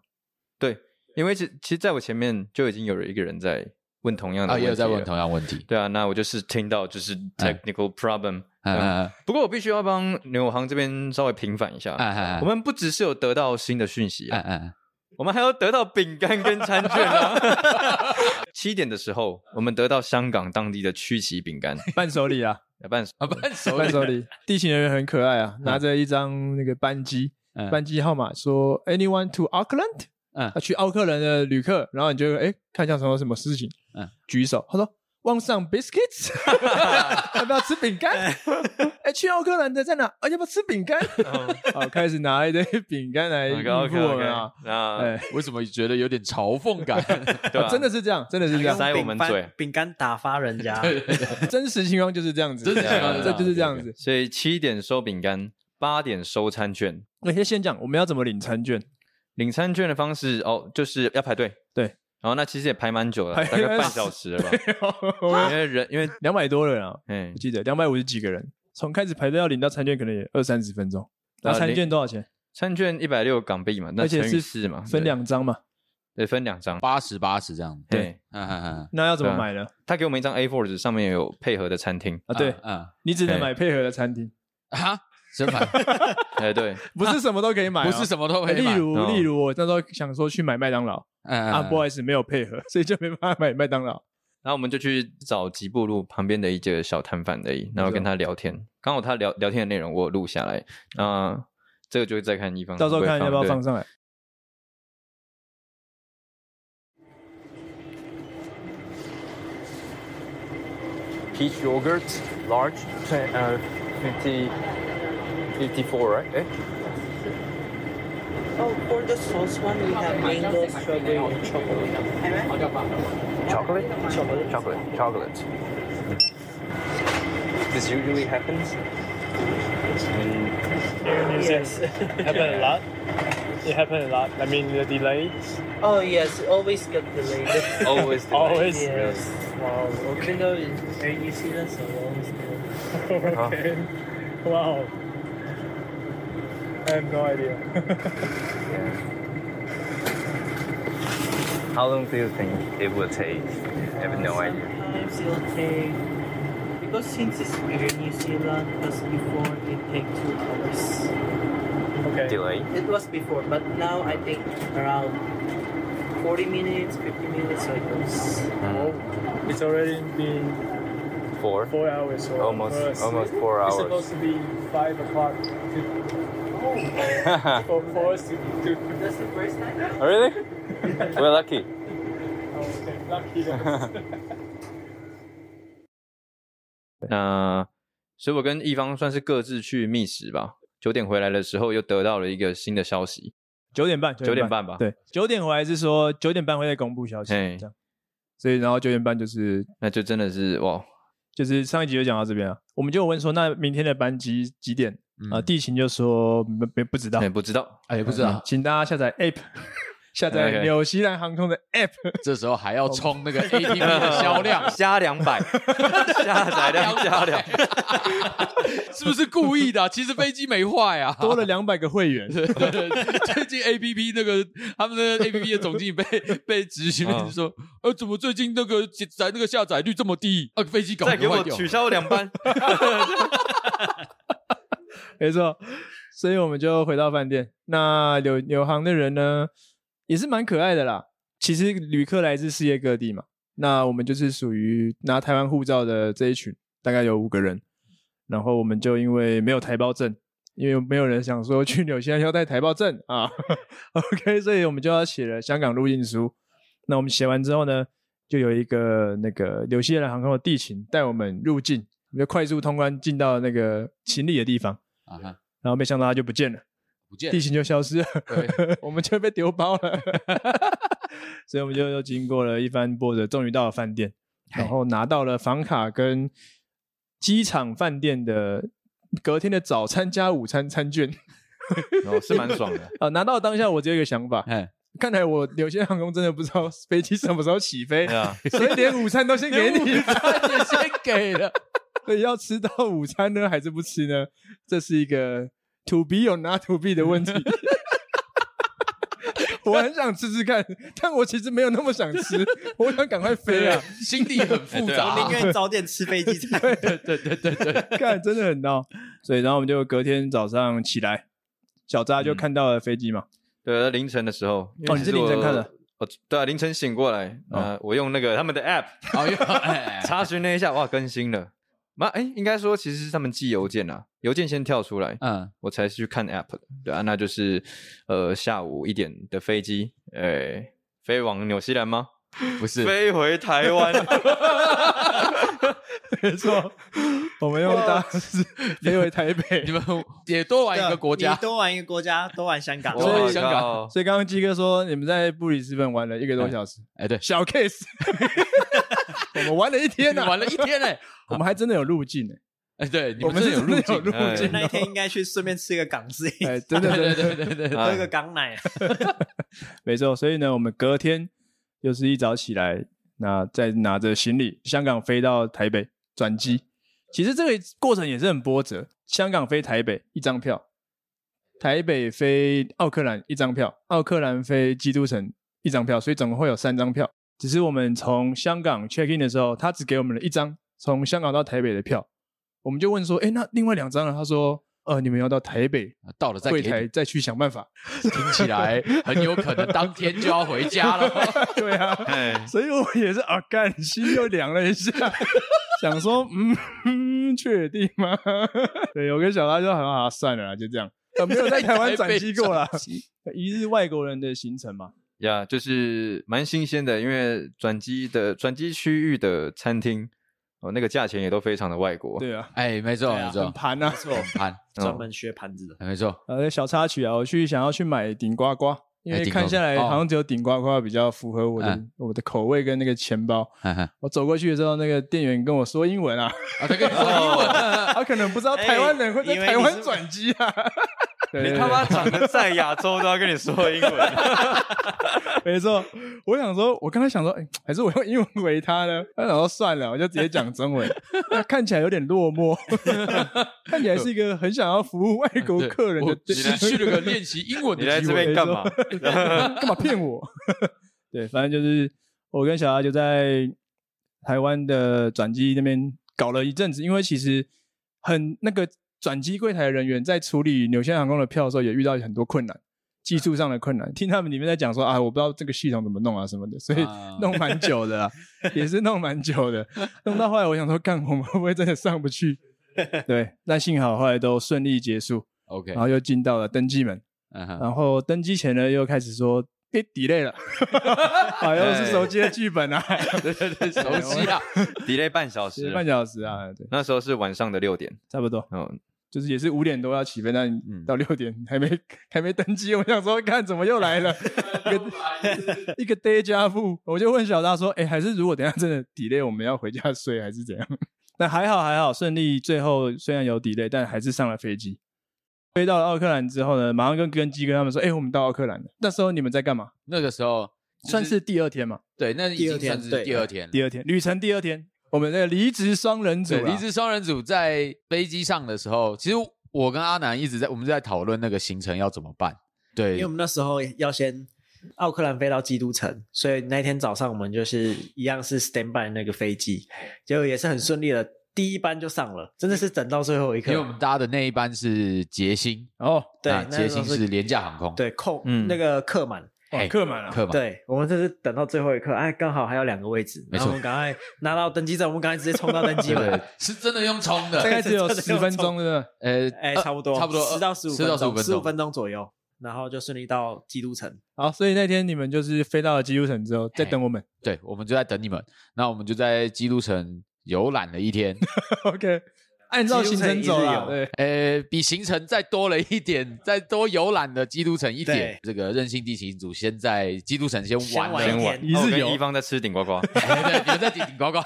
Speaker 3: 对，因为其其实在我前面就已经有一个人在问同样的
Speaker 2: 啊
Speaker 3: 问题
Speaker 2: 也
Speaker 3: 了，
Speaker 2: 有在问同样哎问题，
Speaker 3: 对啊，那我就是听到就是 technical problem，
Speaker 2: 嗯
Speaker 3: 嗯
Speaker 2: 嗯
Speaker 3: 不过我必须要帮纽航这边稍微平反一下
Speaker 2: 嗯，嗯
Speaker 3: 我们不只是有得到新的讯息
Speaker 2: 嗯
Speaker 3: 啊，
Speaker 2: 嗯
Speaker 3: 我们还要得到饼干跟餐券啊。 七点的时候，我们得到香港当地的曲奇饼干，
Speaker 1: 伴手礼啊，
Speaker 3: 来伴手
Speaker 2: 啊，伴 手
Speaker 1: 伴手礼。 地勤人员很可爱啊，拿着一张那个班机，
Speaker 2: 嗯
Speaker 1: 班机号码说 Anyone to Auckland？
Speaker 2: 嗯
Speaker 1: 啊去奥克兰的旅客，然后你就哎看一下什么什么事情，
Speaker 2: 嗯
Speaker 1: 嗯，举手，他说。want some biscuits，要不要吃饼干？哎，去奥克兰的在哪？啊，要不要吃饼干？好，开始拿一堆饼干来
Speaker 3: 哎
Speaker 1: 应付我们啊！
Speaker 3: 那
Speaker 1: 哎，
Speaker 2: 为什么觉得有点嘲讽感？
Speaker 3: 对吧
Speaker 1: 啊真的是这样，真的是这样，
Speaker 3: 塞我
Speaker 4: 用
Speaker 3: 们
Speaker 4: 饼干
Speaker 3: 嘴
Speaker 4: 饼干打发 人家，
Speaker 1: 真实情况就是这样子，
Speaker 2: 真实
Speaker 3: 情况
Speaker 1: 对这
Speaker 3: 是这样
Speaker 1: 就是这样子。
Speaker 3: 所以七点收饼干，八点收餐券。
Speaker 1: 那先先讲我们要怎么领餐券，
Speaker 3: 领餐券的方式哦，就是要排队。
Speaker 1: 对，
Speaker 3: 然后那其实也排蛮久了，
Speaker 1: 排
Speaker 3: 大概半 小时了吧。因为人， 因为
Speaker 1: 两百多人啊，
Speaker 3: 嗯
Speaker 1: 我，记得两百五十几个人，从开始排队到领到餐券可能也二三十分钟。那
Speaker 3: 啊
Speaker 1: 餐
Speaker 3: 领
Speaker 1: 券多少钱？
Speaker 3: 餐券一百六港币嘛，那
Speaker 1: 而且
Speaker 3: 乘以
Speaker 1: 是
Speaker 3: 四嘛，
Speaker 1: 分
Speaker 3: 对
Speaker 1: 两张嘛。
Speaker 3: 对，分两张。
Speaker 2: 八十八十这样，
Speaker 3: 对，
Speaker 2: 嗯嗯嗯，
Speaker 1: 那要怎么
Speaker 3: 对啊
Speaker 1: 买呢？
Speaker 3: 他给我们一张 A4 纸，上面有配合的餐厅。
Speaker 1: 啊，对
Speaker 2: 嗯
Speaker 1: 你只能
Speaker 3: 嘿
Speaker 1: 买配合的餐厅，
Speaker 2: 啊，真烦，
Speaker 3: 哎，对，
Speaker 1: 不是什么都可以买哦，
Speaker 2: 不是什么都
Speaker 1: 哎
Speaker 2: 会买，
Speaker 1: 例如
Speaker 3: 哦
Speaker 1: 例如我那时候想说去买麦当劳，
Speaker 2: 嗯
Speaker 1: 啊，不好
Speaker 2: 意
Speaker 1: 意思没有配合，所以就没办法买麦当劳。
Speaker 3: 然后我们就去找吉布路旁边的一个小摊贩而已，然后跟他聊天。刚好他聊聊天的内容我有录下来，那、这个就再看一方
Speaker 1: 到时候
Speaker 3: 嗯会
Speaker 1: 看要不要
Speaker 3: 对
Speaker 1: 放上来。
Speaker 5: peach yogurt, large, twen- uh, 50, 54, right? Eh?
Speaker 6: Oh, for the sauce one, we have mango, strawberry, and chocolate.
Speaker 5: Chocolate? Chocolate. Chocolate. Chocolate. This usually happens in
Speaker 7: Yes, happen a lot. It happened a lot. I mean, the delay
Speaker 6: Oh, yes, always get delayed.
Speaker 5: always the
Speaker 7: always.
Speaker 6: yes. Wow, even though it's very easy, so always delayed.
Speaker 7: okay. Wow. I have no idea.
Speaker 5: How long do you think it will take? I have no idea.
Speaker 6: Sometimes it'll take because since it's here in New Zealand, because before it take two hours.
Speaker 7: Okay.
Speaker 5: Delay.
Speaker 6: It was before, but now I think around 40 minutes, 50 minutes, so it goes.
Speaker 7: Oh, it's already been
Speaker 5: Four.
Speaker 7: four hours. Or
Speaker 5: Almost.
Speaker 7: for us.
Speaker 5: Almost four
Speaker 7: It's supposed
Speaker 5: hours.
Speaker 7: to be five o'clock to, for, for us to, to
Speaker 6: That's the first time.
Speaker 5: Oh, really? We're lucky.
Speaker 7: oh, okay, lucky us.
Speaker 3: 那所以，我跟一方算是各自去觅食吧。九点回来的时候，又得到了一个新的消息。
Speaker 1: 九点半，
Speaker 3: 九点半吧
Speaker 1: 对，九点回来是说九点半会再公布消息，
Speaker 3: 嘿
Speaker 1: 这样。所以然后九点半就是
Speaker 3: 那就真的是哇，
Speaker 1: 就是上一集就讲到这边啊，我们就有问说那明天的班级几点
Speaker 2: 嗯
Speaker 1: 啊？地勤就说没没不知道
Speaker 3: 哎、，不知道，
Speaker 2: 哎，不知道，
Speaker 1: 嗯请大家下载 App，下载
Speaker 3: OK，
Speaker 1: 纽西兰航空的 App。
Speaker 2: 这时候还要冲那个 ATP 的销量
Speaker 1: 啊
Speaker 3: 加两百，下载量加两百，
Speaker 2: 是不是故意的啊？其实飞机没坏啊，
Speaker 1: 多了两百个会员，
Speaker 2: 对对对 最近 A P P 那个他们的 A P P 的总经理被被执行
Speaker 3: 嗯
Speaker 2: 就说，呃，怎么最近那个在那个下载率这么低？啊，飞机搞
Speaker 3: 再给
Speaker 2: 坏
Speaker 3: 我
Speaker 2: 掉。
Speaker 3: 取消 两班。
Speaker 1: 没错。所以我们就回到饭店。那柳柳航的人呢，也是蛮可爱的啦。其实旅客来自世界各地嘛，那我们就是属于拿台湾护照的这一群，大概有五个人。然后我们就因为没有台胞证，因为没有人想说去纽西兰要带台胞证啊。OK，所以我们就要写了香港入境书。那我们写完之后呢，就有一个那个纽西兰航空的地勤带我们入境，我们就快速通关进到那个秦里的地方。
Speaker 2: 啊哈，
Speaker 1: 然后没想到他就不见了，
Speaker 2: 不见了
Speaker 1: 地形就消失了
Speaker 2: 对，
Speaker 1: 我们就被丢包了， 所以我们就又经过了一番波折，终于到了饭店，然后拿到了房卡跟机场饭店的隔天的早餐加午餐餐券。
Speaker 3: 哦，是蛮爽的。
Speaker 1: 啊，拿到当下我只有一个想法，
Speaker 2: 哎，
Speaker 1: 看来我有些航空真的不知道飞机什么时候起飞
Speaker 3: 对，啊，
Speaker 1: 所以连午餐都先给你，
Speaker 2: 也先给了，
Speaker 1: 所以要吃到午餐呢，还是不吃呢？这是一个 to be or not to be 的问题。 我很想吃吃看，但我其实没有那么想 吃，我想赶快飞啊！
Speaker 2: 心里很复杂啊
Speaker 4: 我。宁愿早点吃飞机 啊餐。
Speaker 1: 看，真的很闹。啊所以，然后我们就隔天早上起来，小扎就看到了飞机嘛，
Speaker 3: 对，凌晨的时候，因为
Speaker 1: 哦你是
Speaker 3: 其实我
Speaker 1: 凌晨看的？哦
Speaker 3: 哦，对啊，凌晨醒过来，呃，我用那个他们 的 app
Speaker 2: 哎呦哎
Speaker 3: 查询了一下，哇，更新了。妈，哎，应该说其实是他们寄邮件啊，邮件先跳出来，
Speaker 2: 嗯，
Speaker 3: 我才去看 app 的。对啊，那就是呃下午一点的飞机，哎，飞往纽西兰吗？
Speaker 2: 不是，
Speaker 3: 飞回台 湾，
Speaker 1: 没错，我们用 大师飞回台北
Speaker 2: 你。们也多玩一个国
Speaker 4: 你
Speaker 1: 啊
Speaker 2: 家，
Speaker 4: 多玩一个国家，多玩香港。
Speaker 2: 所以
Speaker 3: 哇
Speaker 2: 香港
Speaker 1: 所以刚刚鸡哥说，你们在布里斯本玩了一个多小时，
Speaker 2: 哎，对，
Speaker 1: 小 case，我们玩了一天
Speaker 2: 你
Speaker 1: 呢、
Speaker 2: 玩了一天哎，
Speaker 1: 我们还真的有路径呢、
Speaker 2: 哎，对，你
Speaker 1: 我
Speaker 2: 们
Speaker 1: 们
Speaker 2: 真
Speaker 1: 是
Speaker 2: 的有入境
Speaker 1: 真的有入
Speaker 3: 哎
Speaker 1: 境
Speaker 4: 那一
Speaker 1: 哦
Speaker 4: 天应该去顺便吃一个港式，
Speaker 1: 哎、
Speaker 4: 喝
Speaker 1: 真的真的
Speaker 2: 对对对对对，
Speaker 3: 哎
Speaker 4: 一个港
Speaker 2: 哦
Speaker 4: 奶。
Speaker 1: 没错。所以呢，我们隔天又是一早起来，那再拿着行李，香港飞到台北转机。其实这个过程也是很波折，香港飞台北一张票，台北飞奥克兰一张票，奥克兰飞基督城一张票，所以总共会有三张票。只是我们从香港 check in 的时候，他只给我们了一张从香港到台北的票，我们就问说：“哎，那另外两张呢？”他说：“呃，你们要到台北
Speaker 2: 到了再
Speaker 1: 柜
Speaker 2: 给
Speaker 1: 台
Speaker 2: 你，
Speaker 1: 再去想办法。”
Speaker 2: 听起来很有可能当天就要回 家了。
Speaker 1: 对啊，
Speaker 3: 哎，
Speaker 1: 所以我也是啊，干心又凉了一 下，想说，嗯，确定吗？ 对，我跟小拉就好像啊，算了啦，就这样，啊、没有在台湾转机过啦。一日外国人的行程嘛，
Speaker 3: 呀，就是蛮新鲜的，因为转机的转机区域的餐厅，哦，那个价钱也都非常的外国。
Speaker 1: 对啊，
Speaker 2: 哎，没错
Speaker 1: 对
Speaker 2: 没
Speaker 1: 啊，很
Speaker 2: 错，
Speaker 1: 盘啊。
Speaker 4: 错，
Speaker 2: 盘，
Speaker 4: 专门学盘子的。
Speaker 2: 没错，
Speaker 1: 呃，小插曲啊，我去想要去买哦顶呱呱，因
Speaker 2: 哎
Speaker 1: 为
Speaker 2: 顶呱呱
Speaker 1: 看下来
Speaker 2: 哦
Speaker 1: 好像只有顶呱呱比较符合我的、
Speaker 2: 嗯
Speaker 1: 我的口味跟那个钱包。
Speaker 2: 哈哈
Speaker 1: 我走过去的时候，那个店员跟我说英文啊，
Speaker 2: 啊，他跟你说
Speaker 1: 哦
Speaker 2: 英文，
Speaker 1: 他可能不知道台湾人会在
Speaker 4: 哎以为
Speaker 1: 台
Speaker 4: 你
Speaker 1: 湾
Speaker 4: 是
Speaker 1: 转机 啊。对对
Speaker 3: 你
Speaker 1: 对
Speaker 3: 他妈长得在亚洲都要跟你说英文，
Speaker 1: 没错，我想说，我刚才想说，哎、还是我用英文回他呢？他想说算了，我就直接讲中 文。那看起来有点落寞，看起来是一个很想要服务外国
Speaker 2: 对
Speaker 1: 客人
Speaker 2: 我
Speaker 1: 的。
Speaker 2: 失去了个练习英文
Speaker 3: 你
Speaker 2: 的
Speaker 3: 来
Speaker 2: 机
Speaker 3: 这
Speaker 2: 会。
Speaker 3: 边干嘛？
Speaker 1: 干嘛骗我？ 对，反正就是我跟小阿就在台湾的转机那边搞了一阵子，因为其实很那个转机柜台人员在处理纽西兰航空的票的时候，也遇到很多困难，技术上的困难。听他们里面在讲说啊，我不知道这个系统怎么弄啊什么的，所以
Speaker 2: 啊
Speaker 1: 弄蛮久的啦，也是弄蛮久的，弄到后来我想说，干我们会不会真的上不去？对，但幸好后来都顺利结束，
Speaker 2: OK，
Speaker 1: 然后又进到了登机门。
Speaker 2: 嗯哼
Speaker 1: 然后登机前呢，又开始说诶 delay 了，好像是熟悉的剧本啊，
Speaker 3: 对对对，
Speaker 2: 熟悉 啊，
Speaker 3: ，delay 半小时，
Speaker 1: 半小时啊，对，
Speaker 3: 那时候是晚上的六点，
Speaker 1: 差不多，
Speaker 3: 嗯，
Speaker 1: 就是也是五点多要起飞，但到六点还没还没登机，我想说看怎么又来了，一个一个 day 加负，我就问小大说，哎，还是如果等一下真的 delay，我们要回家睡还是怎样？ 那还好还好，顺利，最后虽然有 delay，但还是上了飞机。飞到了奥克兰之后呢，马上跟跟基哥他们说：“哎、我们到奥克兰了。”那时候你们在干嘛？
Speaker 2: 那个时候
Speaker 1: 算是第二天嘛。
Speaker 2: 对，那已
Speaker 4: 第二
Speaker 2: 经
Speaker 4: 天
Speaker 2: 算是
Speaker 4: 对
Speaker 2: 第二天了。
Speaker 1: 第二天旅程第二天，我们的离职双人组啊
Speaker 2: 对，
Speaker 1: 啦，
Speaker 2: 离职双人组在飞机上的时候，其实我跟阿南一直在我们在讨论那个行程要怎么办。
Speaker 4: 因
Speaker 2: 对
Speaker 4: 为我，们那时候要先奥克兰飞到基督城，所以那天早上我们就是一样是 stand by 那个飞机，结果也是很顺利的，第一班就上了，真的是等到最后一刻
Speaker 2: 因为。我们搭的那一班是捷星，
Speaker 1: 哦，
Speaker 4: 对
Speaker 2: 那，
Speaker 4: 那
Speaker 2: 捷
Speaker 4: 时候
Speaker 2: 星是廉价航空，哎
Speaker 4: 对空、
Speaker 3: 嗯
Speaker 4: 那个客满，
Speaker 1: 哇
Speaker 2: 嘿
Speaker 1: 客满了，啊
Speaker 2: 客嘛，
Speaker 4: 对我们这是等到最后一刻，哎，刚好还有两个位置，
Speaker 2: 没
Speaker 4: 然
Speaker 2: 错
Speaker 4: 后我们赶快拿到登机证，我们赶快直接冲到登机
Speaker 2: 对对
Speaker 4: 门。，
Speaker 2: 是真的用冲
Speaker 1: 大
Speaker 2: 的，
Speaker 1: 概只有十分钟，对不
Speaker 2: 呃，
Speaker 4: 哎，
Speaker 2: 呃
Speaker 4: 差不多，
Speaker 2: 差不多
Speaker 4: 十到十五，
Speaker 2: 10到15分钟
Speaker 4: 十五分钟左右，然后就顺利到基督城。
Speaker 1: 对？好，所以那天你们就是飞到了基督城之后，在等我们。
Speaker 2: 对，我们就在等你们，那我们就在基督城游览了一 天，
Speaker 1: OK，按照行程走啦。
Speaker 4: 基督城一日
Speaker 1: 对，
Speaker 2: 呃，比行程再多了一点，再多游览了基督城一点
Speaker 4: 对。
Speaker 2: 这个任性地形组先在基督城先玩了
Speaker 4: 玩一
Speaker 3: 先
Speaker 4: 天
Speaker 3: 晚，
Speaker 1: 一日
Speaker 3: 哦我跟
Speaker 1: 游
Speaker 3: 一方在吃顶呱呱，
Speaker 2: 哎对，你们在顶 顶呱呱，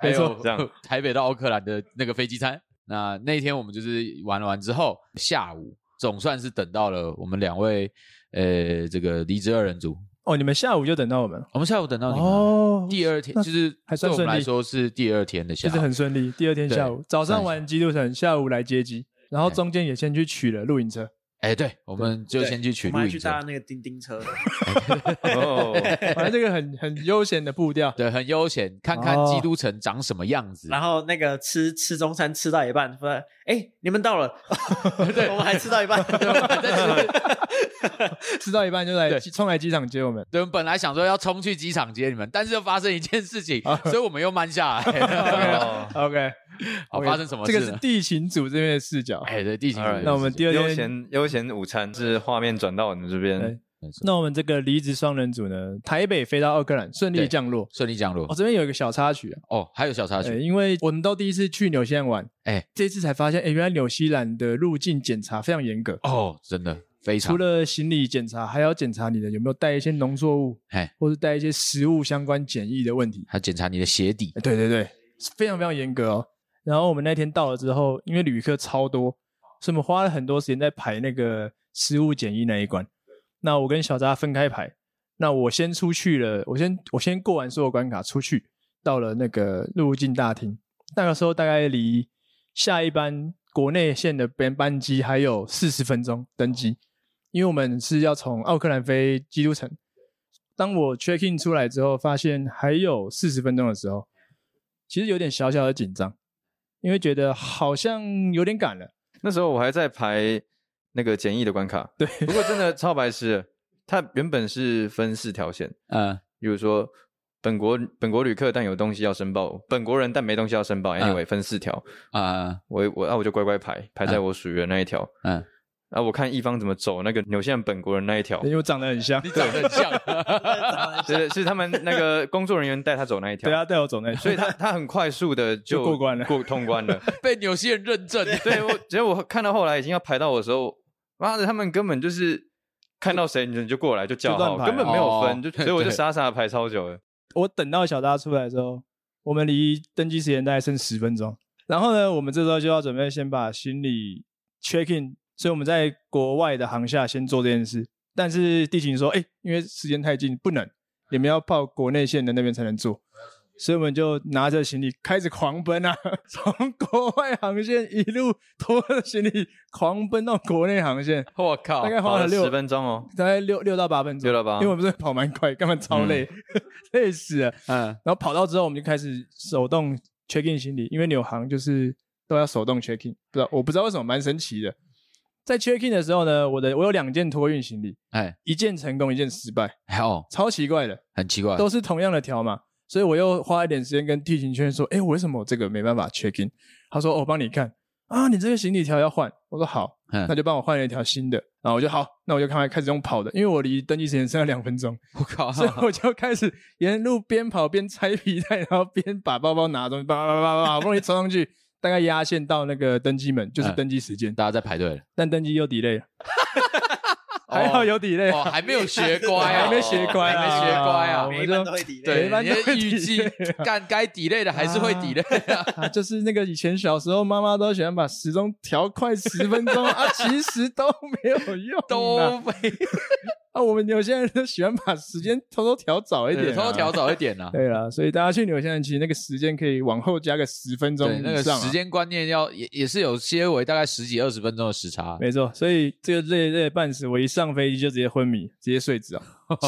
Speaker 2: 还
Speaker 1: 没错
Speaker 2: 有
Speaker 3: 这样
Speaker 2: 台北到奥克兰的那个飞机餐。那那天我们就是玩完之后，下午总算是等到了我们两位呃这个离职二人组，
Speaker 1: 哦，你们下午就等到我们了。
Speaker 2: 我们下午等到你们、
Speaker 1: 哦，
Speaker 2: 第二天
Speaker 1: 那
Speaker 2: 就是
Speaker 1: 还算
Speaker 2: 对我们
Speaker 1: 顺利
Speaker 2: 来说是第二天的下
Speaker 1: 就
Speaker 2: 午，
Speaker 1: 是很顺利。第二天下午，早上玩基督城，下午来接机，然后中间也先去取了露营车。
Speaker 2: 哎，对，我们就先去取
Speaker 4: 我
Speaker 2: 露
Speaker 4: 们还
Speaker 2: 营
Speaker 4: 去
Speaker 2: 车
Speaker 4: 搭，那个叮叮车，
Speaker 3: 哦，
Speaker 1: 反正这个很很悠闲的步 调。
Speaker 2: 对，很悠闲，看看
Speaker 1: 哦
Speaker 2: 基督城长什么样子。
Speaker 4: 然后那个吃吃中餐吃到一半，说：“哎，你们到 了，对，我 们还吃到一半，
Speaker 1: 吃到一半就来
Speaker 2: 对
Speaker 1: 冲来机场接我们。
Speaker 2: 对，我们本来想说要冲去机场接你们，但是又发生一件事情
Speaker 1: 啊，
Speaker 2: 所以我们又 慢下来。
Speaker 3: 哦
Speaker 1: OK，
Speaker 2: 好，发生什么事
Speaker 1: 这
Speaker 2: 呢？
Speaker 1: 个是地形组这边的视角。
Speaker 2: 哎，对，地形
Speaker 3: Alright
Speaker 2: 组
Speaker 1: 那我们第二
Speaker 3: 悠
Speaker 1: 天
Speaker 3: 闲悠闲午餐是画面转到我们这边
Speaker 1: 对，那我们这个离职双人组呢，台北飞到奥克兰顺利
Speaker 2: 对
Speaker 1: 降落。
Speaker 2: 顺利降落
Speaker 1: 哦，。这边有一个小插曲啊，
Speaker 2: 哦，还有小插
Speaker 1: 呃
Speaker 2: 曲，
Speaker 1: 因为我们都第一次去纽西兰玩，
Speaker 2: 哎，
Speaker 1: 这次才发现，哎，原来纽西兰的入境检查非常严格，
Speaker 2: 哦，真的非常
Speaker 1: 除，了行李检查，还要检查你的有没有带一些农作物，
Speaker 2: 哎，
Speaker 1: 或是带一些食物相关检疫的问题。
Speaker 2: 还检查你的鞋底
Speaker 1: 哎，对对对，是非常非常严格哦。然后我们那天到了之后，因为旅客超多，所以我们花了很多时间在排那个食物检疫那一关。那我跟小扎分开排，那我先出去了，我先我先过完所有关卡出去，到了那个入境大厅。那个时候大概离下一班国内线的班班机还有四十分钟登机，因为我们是要从奥克兰飞基督城。当我 check in 出来之后，发现还有四十分钟的时候，其实有点小小的紧张，因为觉得好像有点赶了。
Speaker 3: 那时候我还在排那个简易的关卡，
Speaker 1: 对，
Speaker 3: 不过真的超白痴的，它原本是分四条线，
Speaker 1: 呃
Speaker 2: 嗯，
Speaker 3: 比如说本国本国旅客但有东西要申报，本国人但没东西要申报，anyway 分四条，
Speaker 1: 呃
Speaker 2: 啊，
Speaker 3: 我我那、我就乖乖排排
Speaker 1: 啊
Speaker 3: 在我属于的那一条，
Speaker 2: 嗯，
Speaker 3: 啊，我看一方怎么走那个纽西兰本国人那一条
Speaker 1: 因，为我长得很像
Speaker 2: 你，长得 很像，
Speaker 3: 是是他们那个工作人员带他走那一条，
Speaker 1: 对啊，带我走那一条，
Speaker 3: 所以他他很快速的就
Speaker 1: 就过关了
Speaker 3: 过通关了。
Speaker 2: 被纽西人认证，
Speaker 3: 对我，结果我看到后来已经要排到我的时候，妈的，他们根本就是看到谁你就过来就叫
Speaker 1: 就乱
Speaker 3: 号，
Speaker 1: 排
Speaker 3: 根本没有分，
Speaker 2: 哦
Speaker 3: 就所以我就
Speaker 2: 对
Speaker 3: 傻傻地排超久 了。
Speaker 1: 我等到小大出来之后，我们离登机时间大概剩十分钟。然后呢，我们这时候就要准备先把行李 check in，所以我们在国外的航厦先做这件事。但是地勤说，哎，因为时间太近，不能，你们要报国内线的那边才能做。所以我们就拿着行李开始狂奔啊， 从国外航线一路拖着行李狂奔到国内航线，
Speaker 2: 我靠
Speaker 1: 大，概
Speaker 3: 跑
Speaker 1: 花了
Speaker 3: 了
Speaker 1: 六
Speaker 3: 十分钟哦，
Speaker 1: 大概六六到八分钟，
Speaker 3: 六到
Speaker 1: 因
Speaker 3: 八嗯
Speaker 1: 为我们是跑蛮 快，根本超累， 累死了。
Speaker 2: 嗯，
Speaker 1: 然后跑到之后，我们就开始手动 check in 行李，因为纽航就是都要手动 check in，不知道我不知道为什么，蛮神奇的。在 check in 的时候呢，我的我有两件托运行李，
Speaker 2: 哎，
Speaker 1: 一件成功，一件失败，
Speaker 2: 还有
Speaker 1: 超奇怪的，
Speaker 2: 很奇怪，
Speaker 1: 都是同样的条码，所以我又花一点时间跟地勤圈说，哎，我为什么我这个没办法 check in？他说，哦我帮你看啊，你这个行李条要换。我说好，
Speaker 2: 嗯
Speaker 1: 那就帮我换了一条新的。然后我就好，那我就开开始用跑的，因为我离登记时间剩下两分钟。
Speaker 2: 我靠，
Speaker 1: 所以我就开始沿路边跑边拆皮带，然后边把包包拿东西，叭叭叭叭，好不容易冲上去，大概压线到那个登机门，就是
Speaker 2: 嗯
Speaker 1: 登机时间，
Speaker 2: 大家在排队了，
Speaker 1: 但登机又 delay 了， 还好有 delay，
Speaker 2: 哦，
Speaker 1: 啊
Speaker 2: 还没有学乖 啊，
Speaker 1: 还没学乖啊，
Speaker 2: 还没学乖啊
Speaker 1: 我，
Speaker 4: 每
Speaker 1: 们
Speaker 4: 一班
Speaker 1: 就
Speaker 4: 都会 delay
Speaker 1: 每
Speaker 2: 对，
Speaker 1: 一班
Speaker 2: 你
Speaker 1: 都会
Speaker 2: 的预计
Speaker 1: delay 啊
Speaker 2: 干该抵赖的还是会抵赖 啊，
Speaker 1: 啊，就是那个以前小时候妈妈都喜欢把时钟调快十分钟啊，其实都没有用啊，
Speaker 2: 都没
Speaker 1: 啊，我们有些人都喜欢把时间偷偷调早一点啊，
Speaker 2: 偷偷调早一点 啦。
Speaker 1: 对啦，所以大家去纽西兰，其实那个时间可以往后加个十分钟
Speaker 2: 对，
Speaker 1: 以上、
Speaker 2: 那
Speaker 1: 啊。
Speaker 2: 个时间观念要也也是有些为大概十几二十分钟的时差，
Speaker 1: 没错，所以这个累累得半死，我一上飞机就直接昏迷，直接睡 着，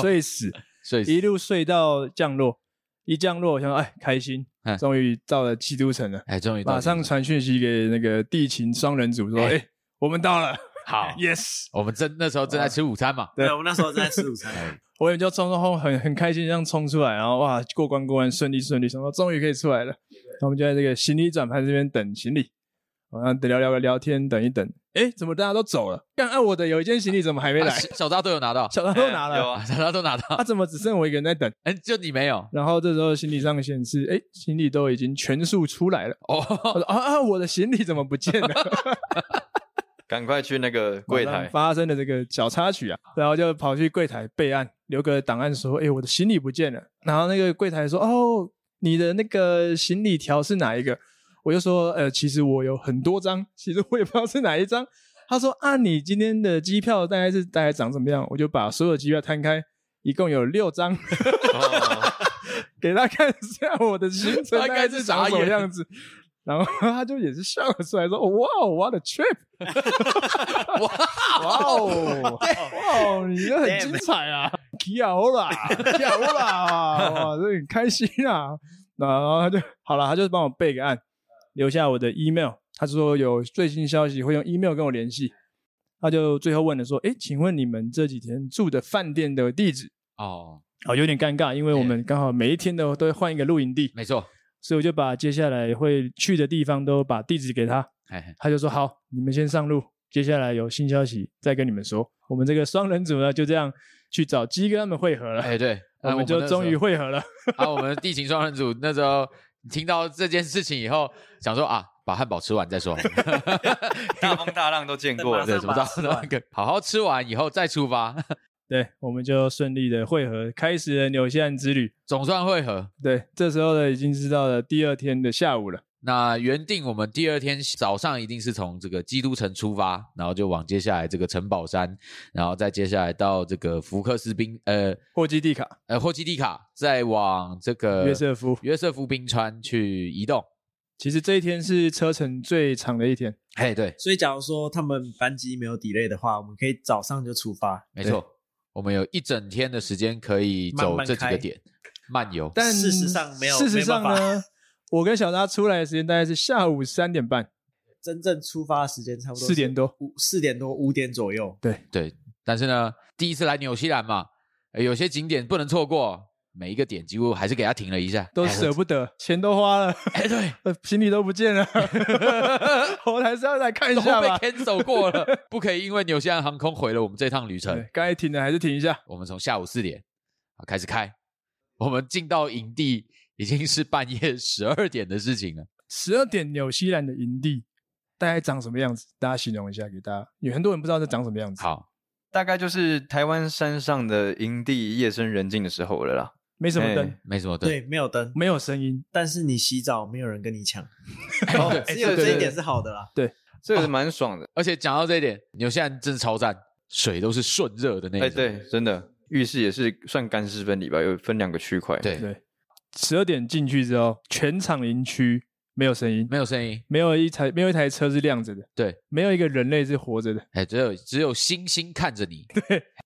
Speaker 1: 睡死，
Speaker 2: 所以
Speaker 1: 一路睡到降落。一降落，我想说哎，开心
Speaker 2: 嗯，
Speaker 1: 终于到了基督城了。
Speaker 2: 哎，终于到
Speaker 1: 马上传讯息给那个地勤双人组说，
Speaker 2: 哎
Speaker 1: 哎，我们到了
Speaker 2: 好，
Speaker 1: ，yes。
Speaker 2: 我们正那时候正在吃午餐嘛，
Speaker 4: 对，我们那时候正在吃午餐，
Speaker 1: 我也就冲冲冲，很很开心这样冲出来，然后哇，过关过关，顺利顺利，想说终于可以出来了。那我们就在这个行李转盘这边等行李，然后聊聊聊天，等一等，哎，怎么大家都走了？干，啊按我的有一件行李怎么还没
Speaker 2: 啊
Speaker 1: 来？
Speaker 2: 小小扎都有拿到，
Speaker 1: 小唐都 拿
Speaker 3: 有
Speaker 1: 了，
Speaker 2: 啊
Speaker 3: 啊，
Speaker 2: 小扎都拿到
Speaker 1: 啊，，怎么只剩我一个人在等？
Speaker 2: 哎，就你没有
Speaker 1: 然后这时候行李上显示，哎，行李都已经全数出来了。我
Speaker 2: 哦，
Speaker 1: 说啊啊，我的行李怎么不见了？
Speaker 3: 赶快去那个柜
Speaker 1: 马上
Speaker 3: 台，
Speaker 1: 发生了这个小插曲啊，然后就跑去柜台备案，留个档案说，哎，我的行李不见了。然后那个柜台说，哦，你的那个行李条是哪一个？我就说，呃，其实我有很多张， 其实我也不知道是哪一张。他说啊，你今天的机票大概是大概长怎么样？我就把所有机票摊开，一共有六张。
Speaker 3: 哦
Speaker 1: 给他看一下我的行程
Speaker 2: 他
Speaker 1: 大概
Speaker 2: 应该是
Speaker 1: 是长什
Speaker 2: 傻
Speaker 1: 么
Speaker 2: 眼
Speaker 1: 样子。然后他就也是笑了出来，说：“哇哦，what a trip！哇 哦，哇哦，你这很精彩啊 k i a o l a k i a o l a 哇，这很开心啊。”然后他就好了，他就帮我备个案，留下我的 email。他说有最新消息会用 email 跟我联系。他就最后问了说：“诶，请问你们这几天住的饭店的地址？”
Speaker 2: 哦，
Speaker 1: 哦，有点尴尬，因为我
Speaker 2: 对
Speaker 1: 们刚好每一天都都会换一个露营地，
Speaker 2: 没错，
Speaker 1: 所以我就把接下来会去的地方都把地址给他，
Speaker 2: 哎，
Speaker 1: 他就说好，你们先上路，接下来有新消息再跟你们说。我们这个双人组呢就这样去找鸡跟他们会合了，
Speaker 2: 哎对，
Speaker 1: 我
Speaker 2: 啊
Speaker 1: 们就终于会合了。
Speaker 2: 啊，我们地勤双人组那时候听到这件事情以后，想说啊，把汉堡吃完再 说，
Speaker 3: 大风大浪都见过，
Speaker 2: 对，
Speaker 4: 对
Speaker 2: 怎么着
Speaker 4: 马上把它吃
Speaker 2: 那
Speaker 4: 完
Speaker 2: 个好好吃完以后再出发，
Speaker 1: 对，我们就顺利的会合，开始了纽西兰之旅。
Speaker 2: 总算会合。
Speaker 1: 对，这时候呢已经是到了第二天的下午了。
Speaker 2: 那原定我们第二天早上一定是从这个基督城出发，然后就往接下来这个城堡山，然后再接下来到这个福克斯冰呃
Speaker 1: 霍基蒂卡、
Speaker 2: 呃霍奇蒂卡，再往这个
Speaker 1: 约瑟夫，
Speaker 2: 约瑟夫冰川去移动。
Speaker 1: 其实这一天是车程最长的一天。
Speaker 2: 嘿，对，
Speaker 4: 所以假如说他们班机没有 delay 的话，我们可以早上就出发，
Speaker 2: 没错，我们有一整天的时间可以走
Speaker 4: 慢慢
Speaker 2: 这几个
Speaker 4: 开
Speaker 2: 点漫游。
Speaker 1: 但
Speaker 4: 事实上没有
Speaker 1: 事实上
Speaker 4: 没
Speaker 1: 呢，我跟小扎出来的时间大概是下午三点半，
Speaker 4: 真正出发的时间差不多
Speaker 1: 四点多，
Speaker 4: 五四点多五点左右。
Speaker 2: 对，但是呢，第一次来纽西兰嘛，呃有些景点不能错过，每一个点几乎还是给它停了一下，
Speaker 1: 都
Speaker 2: 哎
Speaker 1: 舍不得，钱都花了，
Speaker 2: 哎、对。
Speaker 1: 呃行李都不 见了，我还是要来看一
Speaker 2: 都
Speaker 1: 下
Speaker 2: 被
Speaker 1: 吧。
Speaker 2: cancel 过了，不可以因为纽西兰航空毁了我们这趟旅程
Speaker 1: 对。，该停的还是停一下。
Speaker 2: 我们从下午四点啊开始开，我们进到营地已经是半夜十二点的事情了。
Speaker 1: 十二点纽西兰的营地大概长什么样子？大家形容一下给大家，有很多人不知道这长什么样子。，
Speaker 2: 好，
Speaker 3: 大概就是台湾山上的营地夜深人静的时候了啦。
Speaker 1: 没什么灯
Speaker 3: 哎，
Speaker 2: 没什么对，
Speaker 4: 对，没有哎灯，
Speaker 1: 没有声音，
Speaker 4: 但是你洗澡没有人跟你 抢，
Speaker 2: 对
Speaker 4: 只有
Speaker 3: 对对
Speaker 4: 这一
Speaker 3: 对
Speaker 4: 点是好的啦。
Speaker 3: 这
Speaker 1: 哦
Speaker 3: 个是蛮爽的。
Speaker 2: 而且讲到这一点，纽西兰真的超赞，水都是顺热的那一
Speaker 3: 哎，
Speaker 2: 种。
Speaker 3: 对，真的，浴室也是算干湿分离吧，有分两个区块。
Speaker 2: 对
Speaker 1: 对，十二点进去之后，全场营区没有声音，
Speaker 2: 没有声音，
Speaker 1: 没有一台没有一台车是亮着的，
Speaker 2: 对，
Speaker 1: 没有一个人类是活着的。
Speaker 2: 哎，只有只有星星看着 你。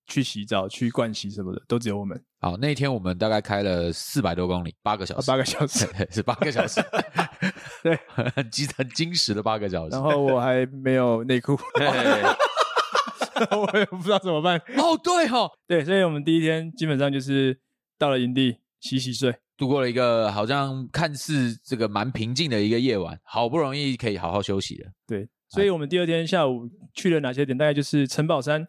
Speaker 1: 去洗澡、去盥洗什么的，都只有我们
Speaker 2: 好，那一天我们大概开了四百多公里，八个小时，
Speaker 1: 啊八个小 时。
Speaker 2: 是八 个小时，
Speaker 1: 对，
Speaker 2: 很精很精实的八个小时
Speaker 1: 然。后我还没有内裤，
Speaker 3: 嘿嘿嘿
Speaker 1: 我也不知道怎么办。
Speaker 2: 哦，对哦，
Speaker 1: 对，所以我们第一天基本上就是到了营地洗洗睡，
Speaker 2: 度过了一个好像看似这个蛮平静的一个夜晚，好不容易可以好好休息了。
Speaker 1: 对，所以我们第二天下午去了哪些点？大概就是城堡山，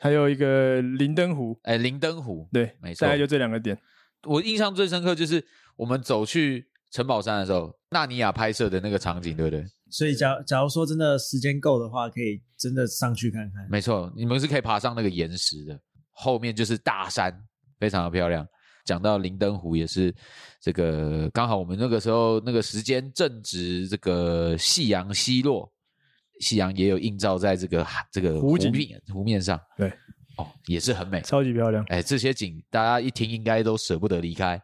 Speaker 1: 还有一个林登湖，
Speaker 2: 哎，林登湖，
Speaker 1: 对，
Speaker 2: 没错
Speaker 1: 大概就这两个点。
Speaker 2: 我印象最深刻就是我们走去城堡山的时候，纳尼亚拍摄的那个场景，对不对？
Speaker 4: 所以假假如说真的时间够的话，可以真的上去看看。
Speaker 2: 没错，你们是可以爬上那个岩石的，后面就是大山，非常的漂亮。讲到林登湖也是这个，刚好我们那个时候那个时间正值这个夕阳西落，夕阳也有映照在这个海这个
Speaker 1: 湖景
Speaker 2: 面湖面上，
Speaker 1: 对，
Speaker 2: 哦，也是很美。
Speaker 1: 超级漂亮。
Speaker 2: 哎，这些景大家一听应该都舍不得离开。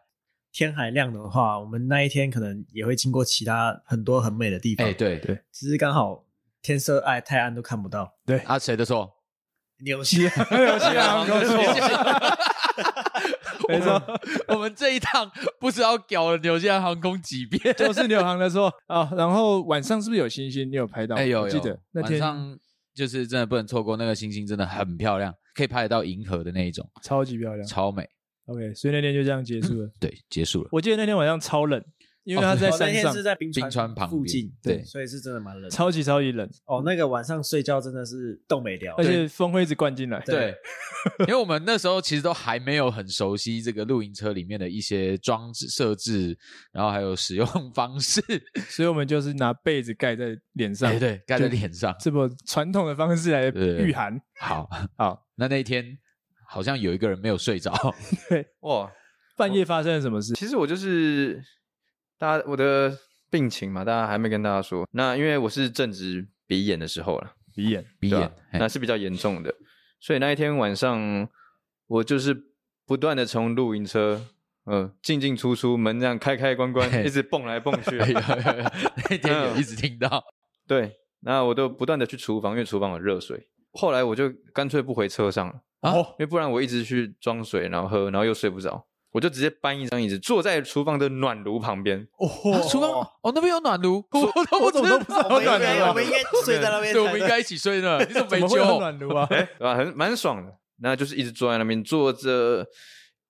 Speaker 4: 天还亮的话，我们那一天可能也会经过其他很多很美的地方。
Speaker 2: 哎，，对
Speaker 1: 对
Speaker 4: 只是刚好天色暗，太暗都看不到。
Speaker 2: 啊，谁 的错？
Speaker 4: 纽 西兰，
Speaker 1: 有西兰航空错，
Speaker 2: 我
Speaker 1: 没
Speaker 2: 们
Speaker 1: 错，
Speaker 2: 我们这一趟不知道屌了纽西兰航空几遍。
Speaker 1: 就是纽航的错啊。然后晚上是不是有星星？你有拍到吗？
Speaker 2: 哎、有
Speaker 1: 我
Speaker 2: 有，
Speaker 1: 记得那
Speaker 2: 晚
Speaker 1: 天
Speaker 2: 上就是真的不能错过那个星星，真的很漂亮，可以拍得到银河的那一种，
Speaker 1: 超级漂亮。
Speaker 2: 超美。
Speaker 1: OK，所以那天就这样结 束了。
Speaker 2: 对，结束了。
Speaker 1: 我记得那天晚上超冷，因为
Speaker 2: 哦
Speaker 1: 它
Speaker 2: 对
Speaker 1: 在
Speaker 4: 哦那
Speaker 1: 山
Speaker 4: 天
Speaker 1: 上
Speaker 4: 是，在冰
Speaker 2: 冰川旁
Speaker 4: 附
Speaker 2: 边
Speaker 4: 近，
Speaker 2: 对
Speaker 4: 所以是真的蛮冷的。
Speaker 1: 超级超级冷，
Speaker 4: 哦，那个晚上睡觉真的是冻没
Speaker 2: 哎
Speaker 4: 掉，
Speaker 1: 而且风会一直灌进来。
Speaker 2: 对，因为我们那时候其实都还没有很熟悉这个露营车里面的一些装置设置，然后还有使用 方式。
Speaker 1: 所以我们就是拿被子盖在脸上，
Speaker 2: 哎，对，盖在
Speaker 1: 就
Speaker 2: 脸上。
Speaker 1: 这么传统的方式来
Speaker 2: 对
Speaker 1: 御寒。
Speaker 2: 好，
Speaker 1: 好，
Speaker 2: 那那一天好像有一个人没有睡着，
Speaker 3: 哇，
Speaker 1: 半夜发生了什么事？
Speaker 3: 其实我就是大家我的病情嘛，大家还没跟大家说。那因为我是正值鼻炎的时候了，
Speaker 1: 鼻炎，
Speaker 2: 鼻
Speaker 3: 对
Speaker 2: 炎
Speaker 3: 啊。那是比较严重的，所以那一天晚上我就是不断的从露营车。嗯，进进出出，门这样开开关关
Speaker 2: 嘿，
Speaker 3: 一直蹦来蹦 去。
Speaker 2: 嘿哎那天有一直听到，
Speaker 3: 对，那我都不断的去厨房，因为厨房有热水。后来我就干脆不回车上了，
Speaker 2: 啊
Speaker 3: 因为不然我一直去装水，然后喝，然后又睡不着，我就直接搬一张椅子坐在厨房的暖炉旁边。
Speaker 2: 啊厨房哦那边有暖炉，我我怎么都不知道
Speaker 4: 我们
Speaker 2: 有
Speaker 4: 应
Speaker 2: 暖
Speaker 4: 该
Speaker 2: 炉
Speaker 4: 我们应该睡在那边
Speaker 2: 对，
Speaker 4: 才对，
Speaker 2: 我们应该一起睡呢。你怎么
Speaker 1: 怎
Speaker 2: 没
Speaker 1: 么会
Speaker 2: 救？
Speaker 1: 有暖炉啊？
Speaker 3: 哎对吧、很蛮爽的。那就是一直坐在那边坐着，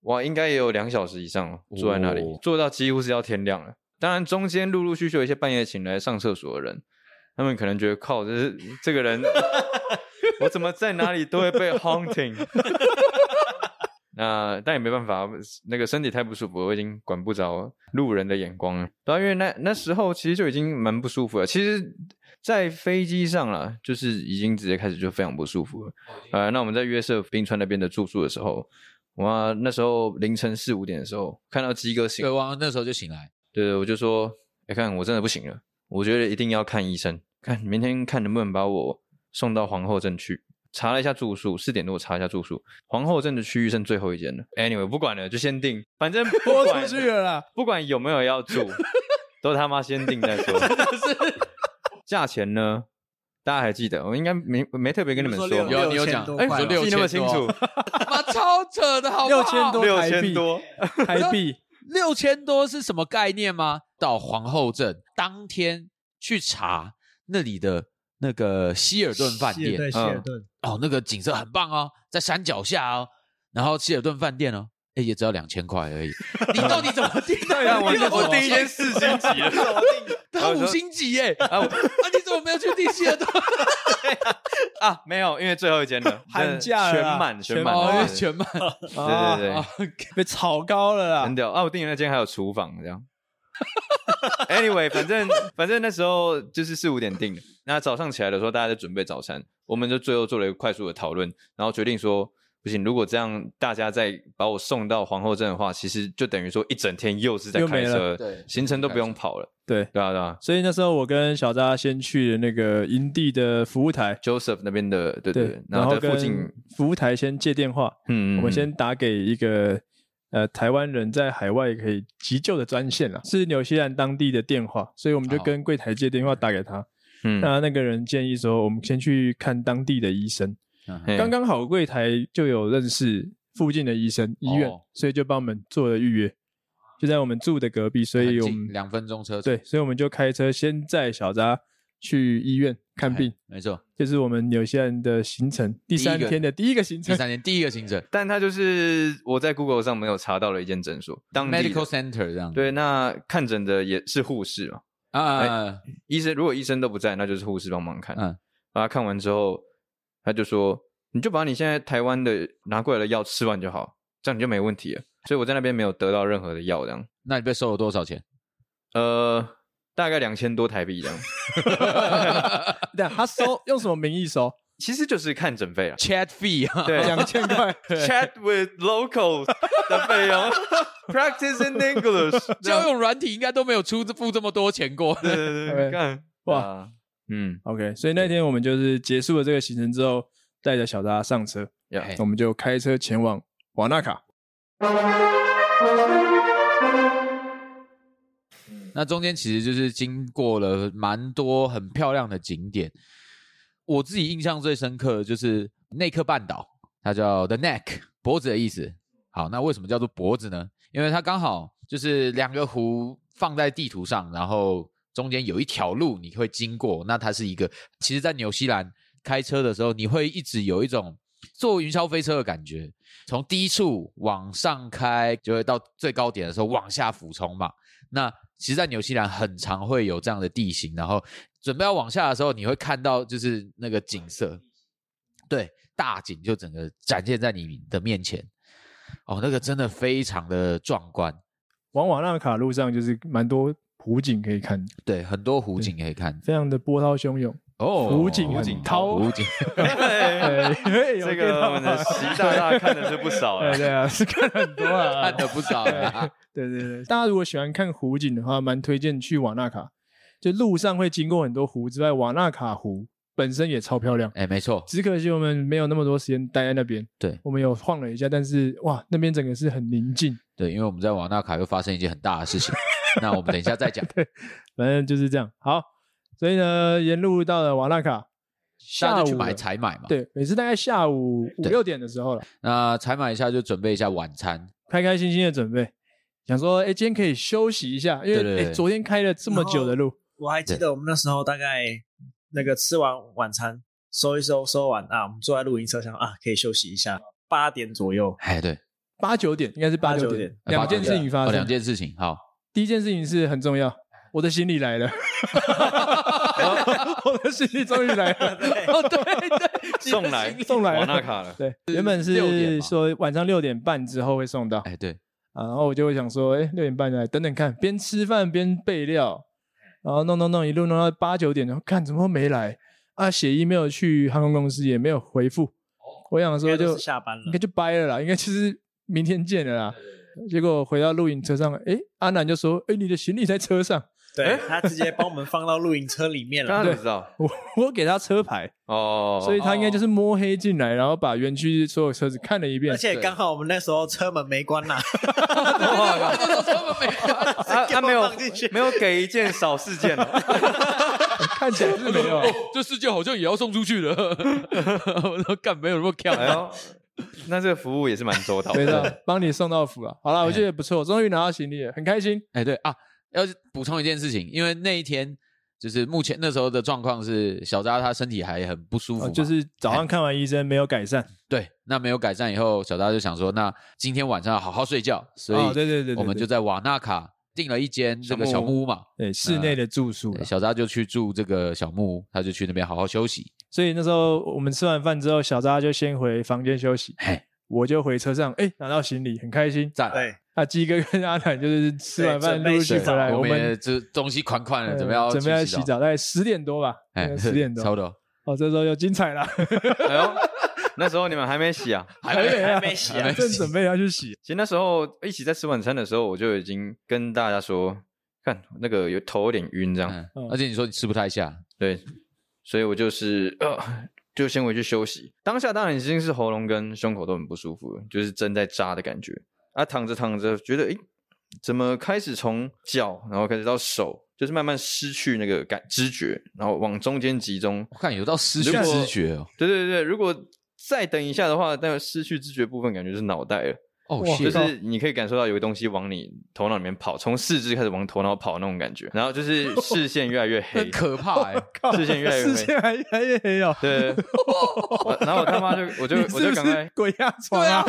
Speaker 3: 哇，应该也有两小时以上了，坐在那里、
Speaker 2: 哦
Speaker 3: 坐到几乎是要天亮了。当然，中间陆陆续续有一些半夜醒来上厕所的人，他们可能觉得靠，这是这个人， 我怎么在哪里都会被 haunting。那但也没办法，那个身体太不舒服，我已经管不着路人的眼光了。对啊、因为那那时候其实就已经蛮不舒服了。其实，在飞机上啦，就是已经直接开始就非常不舒服了。呃，那我们在约瑟冰川那边的住宿的时候，我那时候凌晨四五点的时候看到鸡哥醒
Speaker 2: 对，，我那时候就醒来，
Speaker 3: 对对，我就说，哎、看我真的不行了，我觉得一定要看医生，看明天看能不能把我送到皇后镇去。查了一下住宿，四点多我查一下住宿，皇后镇的区域剩最后一间了。Anyway，不管了，就先定，反正不
Speaker 1: 播
Speaker 3: 管
Speaker 1: 出去了啦。
Speaker 3: 不管有没有要住，都他妈先定再说。价钱呢？大家还记得？我应该没没特别跟你们
Speaker 4: 你
Speaker 3: 说
Speaker 4: 们说
Speaker 3: 吧，
Speaker 4: 六
Speaker 2: 有你有讲，
Speaker 4: 6000多
Speaker 2: 哎，
Speaker 4: 块
Speaker 2: 说
Speaker 4: 哦
Speaker 2: 六
Speaker 3: 记
Speaker 2: 千啊
Speaker 3: 那么清楚，
Speaker 2: 妈超扯的好不好？
Speaker 1: 六千多
Speaker 3: 六
Speaker 1: 台币
Speaker 3: 千多，
Speaker 1: 台币，
Speaker 2: 六千多是什么概念吗？到皇后镇当天去查那里的那个希尔顿饭
Speaker 4: 希尔
Speaker 2: 店
Speaker 4: 顿，希尔顿，
Speaker 2: 哦，那个景色很棒哦，在山脚下哦，然后希尔顿饭店哦。哎，也只要两千块而已，你到底怎么定的？
Speaker 3: 啊我
Speaker 2: 你怎么
Speaker 3: 我第一天四星级了，
Speaker 2: 他五星级耶！啊，你怎么没有去定希尔顿？
Speaker 3: 啊，没有，因为最后一间了，
Speaker 1: 寒
Speaker 3: 真的
Speaker 1: 假了
Speaker 3: 全
Speaker 1: 啦
Speaker 3: 满，
Speaker 1: 全
Speaker 3: 满，
Speaker 1: 满
Speaker 2: 哦，
Speaker 3: 对
Speaker 2: 因为全 满。
Speaker 1: 啊
Speaker 3: 对对对，
Speaker 1: 被炒高了啦
Speaker 3: 很。屌。啊，我订的那间还有厨房这样。anyway，反正反正那时候就是四五点订的，那早上起来的时候大家在准备早餐，我们就最后做了一个快速的讨论，然后决定说。不行，如果这样，大家再把我送到皇后镇的话，其实就等于说一整天又是在
Speaker 1: 又
Speaker 3: 开
Speaker 1: 没
Speaker 3: 车
Speaker 1: 了，
Speaker 2: 对
Speaker 3: 行程都不用跑了，
Speaker 1: 对，
Speaker 3: 对啊对啊。
Speaker 1: 所以那时候我跟小扎先去了那个营地的服务台，
Speaker 3: Joseph 那边的，对对，
Speaker 1: 然
Speaker 3: 然
Speaker 1: 后
Speaker 3: 在附近嗯
Speaker 1: 跟，服务台先借电话，
Speaker 3: 嗯，嗯
Speaker 1: 我们
Speaker 3: 嗯
Speaker 1: 先打给一个呃台湾人在海外可以急救的专线啦，是纽西兰当地的电话，所以我们就
Speaker 2: 哦
Speaker 1: 跟柜台借电话打给他。
Speaker 3: 嗯，
Speaker 1: 那那个人建议说，我们先去看当地的医生。
Speaker 2: 嗯
Speaker 3: 嘿
Speaker 1: 刚刚好柜台就有认识附近的医生医院，
Speaker 2: 哦
Speaker 1: 所以就帮我们做了预约，就在我们住的隔壁，所以
Speaker 2: 很
Speaker 1: 我
Speaker 2: 近
Speaker 1: 们
Speaker 2: 两分钟车程
Speaker 1: 对，所以我们就开车先载小扎去医院看病
Speaker 2: 哎，没错，
Speaker 1: 这是我们纽西兰的行程第
Speaker 2: 第一
Speaker 1: 三
Speaker 2: 个
Speaker 1: 天的第一个行
Speaker 2: 第
Speaker 1: 程。
Speaker 2: 三天第一个行程
Speaker 3: 但他就是我在 Google 上没有查到了一间诊所，当地的
Speaker 2: ，medical center 这样
Speaker 3: 对，那看诊的也是护士嘛，
Speaker 2: 啊，
Speaker 3: 医生如果医生都不在，那就是护士帮忙看。
Speaker 2: 嗯，
Speaker 3: 把他看完之后，他就说：“你就把你现在台湾的拿过来的药吃完就好，这样你就没问题了。”所以我在那边没有得到任何的药，这样
Speaker 2: 那你被收了多少钱？。
Speaker 3: 呃，大概两千多台币这样，
Speaker 1: 对啊，他收用什么名义收？
Speaker 3: 其实就是看诊费啊
Speaker 2: chat fee 啊，
Speaker 3: 对
Speaker 1: 两千块。
Speaker 3: ，Chat with locals 的费用，Practice in English 这
Speaker 2: 交
Speaker 3: 样。
Speaker 2: 友软体应该都没有出付这么多钱过。
Speaker 3: 对对
Speaker 1: 对
Speaker 3: 对，看
Speaker 1: 哇
Speaker 3: 哇，嗯，
Speaker 1: OK，所以那天我们就是结束了这个行程之后，带着小扎上车，
Speaker 3: 呀
Speaker 2: 哎
Speaker 1: 我们就开车前往瓦纳卡。
Speaker 2: 那中间其实就是经过了蛮多很漂亮的景点。我自己印象最深刻的就是内克半岛，它叫 the neck 脖子的意思。好，那为什么叫做脖子呢？因为它刚好就是两个湖放在地图上，然后中间有一条路你会经过，那它是一个，其实，在纽西兰开车的时候，你会一直有一种坐云霄飞车的感觉，从低处往上开，就会到最高点的时候往下俯冲嘛。那其实，在纽西兰很常会有这样的地形，然后准备要往下的时候，你会看到就是那个景色，对，大景就整个展现在你的面前。哦，那个真的非常的壮观，
Speaker 1: 往瓦纳卡路上就是蛮多湖景可以看，
Speaker 2: 对，很多湖景可以看
Speaker 1: 非常的波涛汹涌。
Speaker 2: 哦，
Speaker 1: 湖景很滔
Speaker 2: 湖景
Speaker 1: 哎嘿有
Speaker 3: 这
Speaker 1: get
Speaker 3: 个
Speaker 1: 到
Speaker 3: 我们的
Speaker 1: 吗
Speaker 3: 习大大看的是不少
Speaker 1: 哎
Speaker 3: 啊。
Speaker 1: 对啊，是看很多啊
Speaker 2: 看。的不少啊啦。
Speaker 1: 对对对，大家如果喜欢看湖景的话，蛮推荐去瓦纳卡。就路上会经过很多湖之外，瓦纳卡湖本身也超漂亮。
Speaker 2: 哎，没错，
Speaker 1: 只可惜我们没有那么多时间待在那边。
Speaker 2: 对
Speaker 1: 我们有晃了一下，但是哇，那边整个是很宁静。
Speaker 2: 对，因为我们在瓦纳卡又发生一件很大的 事情，那我们等一下再讲。
Speaker 1: 反正就是这样。好，所以呢，沿路到了瓦纳卡，
Speaker 2: 大
Speaker 1: 下
Speaker 2: 家
Speaker 1: 午
Speaker 2: 就去买
Speaker 1: 了
Speaker 2: 采买嘛，，
Speaker 1: 对，每次大概下午五
Speaker 2: 对
Speaker 1: 六点的时候了，
Speaker 2: 那采买一下就准备一下晚餐，
Speaker 1: 开开心心的准备，想说，哎、今天可以休息一下，因
Speaker 2: 对对
Speaker 1: 为
Speaker 2: 对
Speaker 1: 哎，昨天开了这么久的路，
Speaker 4: 我还记得我们那时候大概那个吃完晚餐，收一收，收完啊，我们坐在露营车上啊，可以休息一下，八点左右。
Speaker 2: 哎，对，
Speaker 1: 八九点应该是八
Speaker 4: 八九
Speaker 1: 点
Speaker 4: 点，
Speaker 2: 哎
Speaker 1: 两
Speaker 2: 八
Speaker 1: 件
Speaker 2: 点
Speaker 1: 事情发
Speaker 2: 哦
Speaker 1: 生，
Speaker 2: 两件事情，好，
Speaker 1: 第一件事情是很重要，我的行李来 了，我的行李终于来了。
Speaker 2: 哦，对对，
Speaker 3: 送来
Speaker 1: 送来了
Speaker 3: 瓦纳卡 了，
Speaker 1: 对，原本
Speaker 2: 六点
Speaker 1: 是
Speaker 2: 嘛
Speaker 1: 说晚上六点半之后会送到，
Speaker 2: 哎，对，
Speaker 1: 啊然后我就会想说，哎，六点半来等等看，边吃饭边备料，然后弄弄弄，一路弄到八九点，然后看怎么没来啊？写 email 去航空公司也没有回复，我想说
Speaker 4: 应该都
Speaker 1: 就是
Speaker 4: 下班了
Speaker 1: 应该就掰了啦，应该就是明天见了啦。结果回到露营车上，哎，阿南就说，哎，你的行李在车上，
Speaker 4: 对他直接帮我们放到露营车里面
Speaker 3: 刚刚
Speaker 4: 了。
Speaker 3: 怎么知道？
Speaker 1: 我我给他车牌，
Speaker 3: 哦，
Speaker 1: 所以他应该就是摸黑进来，然后把园区所有车子看了一遍
Speaker 4: 而。且刚好我们那时候车门没关啦，
Speaker 2: 那时候他们没 有，
Speaker 3: 他他啊没有
Speaker 4: 放进去
Speaker 3: 没有给一件少四件哦 了，
Speaker 1: 看起来是没 有，啊
Speaker 2: 哦这世界好像也要送出去了。 我说干没有那么
Speaker 3: 哎
Speaker 2: 强，啊
Speaker 3: 呦，那这个服务也是蛮周到
Speaker 1: 没
Speaker 3: 的。
Speaker 2: 哦
Speaker 1: 错，帮你送到府了。啊好
Speaker 2: 哎
Speaker 1: 了，我觉得也不错，终于拿到行李了，很开心。
Speaker 2: 哎，对啊，要补充一件事情，因为那一天就是目前那时候的状况是小扎他身体还很不舒服
Speaker 1: 哦
Speaker 2: 嘛，
Speaker 1: 就是早上看完医生没有改善，
Speaker 2: 对，那没有改善以后，小扎就想说，那今天晚上要好好睡觉，所以
Speaker 1: 哦对对对对
Speaker 2: 我们
Speaker 1: 对
Speaker 2: 就在瓦纳卡订了一间这个小木屋嘛。
Speaker 1: 对室内的住宿啦
Speaker 2: 对小扎就去住这个小木屋，他就去那边好好休息。
Speaker 1: 所以那时候我们吃完饭之后，小扎就先回房间休息，
Speaker 2: 嘿，
Speaker 1: 我就回车上，哎，拿到行李很开心。
Speaker 2: 赞！
Speaker 4: 对，
Speaker 1: 那鸡哥跟阿南就是吃完
Speaker 4: 对
Speaker 1: 饭
Speaker 4: 准备
Speaker 1: 陆续
Speaker 2: 对
Speaker 4: 洗
Speaker 1: 回
Speaker 4: 澡
Speaker 1: 来，
Speaker 2: 我
Speaker 1: 我
Speaker 2: 们也
Speaker 1: 们
Speaker 2: 这东西款款了，准备
Speaker 1: 呃
Speaker 2: 要
Speaker 1: 准备要洗，澡，大概十点多吧，
Speaker 2: 哎，
Speaker 1: 十 点
Speaker 2: 差不
Speaker 1: 多。
Speaker 2: 多，
Speaker 1: 哦，这时候又精彩了，
Speaker 3: 哎呦，那时候你们还没洗啊？
Speaker 2: 还
Speaker 1: 还没
Speaker 2: 没
Speaker 1: 啊
Speaker 4: 还没洗啊
Speaker 2: 还没
Speaker 1: 正准备要去洗，
Speaker 3: 其实那时候一起在吃晚餐的时候，我就已经跟大家说，看那个有头有点晕这样，
Speaker 2: 嗯
Speaker 1: 嗯
Speaker 2: 而且你说你吃不太下，
Speaker 3: 对，所以我就是呃，就先回去休息。当下当然已经是喉咙跟胸口都很不舒服了，就是针在扎的感觉。啊，躺着躺着觉得诶，怎么开始从脚，然后开始到手，就是慢慢失去那个感知觉，然后往中间集中。
Speaker 2: 我看有到失去
Speaker 3: 如果
Speaker 2: 知觉哦。
Speaker 3: 对对对，如果再等一下的话，那失去知觉部分感觉就是脑袋了，
Speaker 2: 哦，
Speaker 1: 哇
Speaker 3: 就
Speaker 2: 谢，
Speaker 3: 是你可以感受到有个东西往你头脑里面跑，从四肢开始往头脑跑那种感觉，然后就是视线越来越黑
Speaker 2: 很。可怕哎。
Speaker 1: 靠
Speaker 3: 视线越来越
Speaker 1: 视
Speaker 3: 黑
Speaker 1: 线还越来越黑哦。
Speaker 3: 对，我然后我他妈就我 就
Speaker 1: 你
Speaker 3: 我
Speaker 1: 是
Speaker 3: 就
Speaker 1: 不
Speaker 3: 赶快
Speaker 1: 是，鬼压床啊？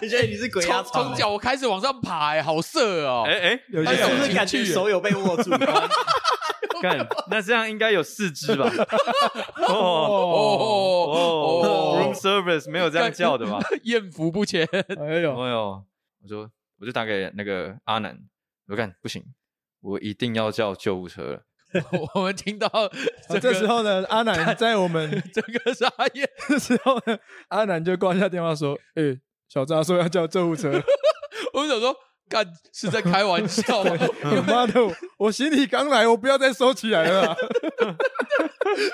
Speaker 4: 现在你是鬼
Speaker 2: 从从脚我开始往上爬哎，好色哦
Speaker 3: 哎。哎，
Speaker 1: 有
Speaker 4: 他
Speaker 1: 些
Speaker 4: 是不
Speaker 1: 人
Speaker 4: 是感觉手有啊被握住？
Speaker 3: 干，那这样应该有四肢吧？哦
Speaker 2: 哦
Speaker 3: 哦
Speaker 2: 哦
Speaker 3: ，room service 没有这样叫的吧？
Speaker 2: 艳福不浅，
Speaker 1: 哎呦，
Speaker 3: 哎呦，我说我就打给那个阿南，我看不行，我一定要叫救护车了。
Speaker 2: 我们听到
Speaker 1: 好
Speaker 2: 这
Speaker 1: 这
Speaker 2: 个
Speaker 1: 时候呢，阿南在我们
Speaker 2: 整个傻眼，
Speaker 1: 这时候呢，阿南就挂下电话说：“哎、小张说要叫救护车，
Speaker 2: 我们想说，干是在开玩笑吗？
Speaker 1: 妈的，我我行李刚来，我不要再收起来了啊。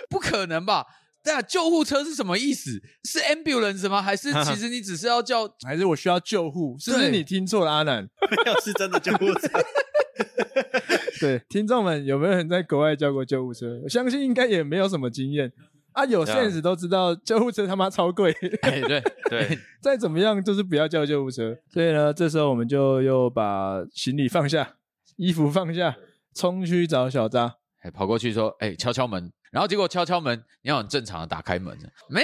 Speaker 2: 不可能吧？那救护车是什么意思？是 ambulance 吗？还是其实你只是要叫？
Speaker 1: 还是我需要救护？是不是
Speaker 2: 对
Speaker 1: 你听错了，阿南？
Speaker 4: 没有，是真的救护车。
Speaker 1: 对，听众们有没有人在国外叫过救护车？我相信应该也没有什么经验啊。有 sense 都知道救护车他妈超贵，
Speaker 2: 哎，对，
Speaker 3: 对，
Speaker 1: 再怎么样就是不要叫救护车。所以呢，这时候我们就又把行李放下，衣服放下，冲去找小扎。
Speaker 2: 哎，跑过去说，哎，敲敲门。然后结果敲敲门，你要很正常的打开门， 没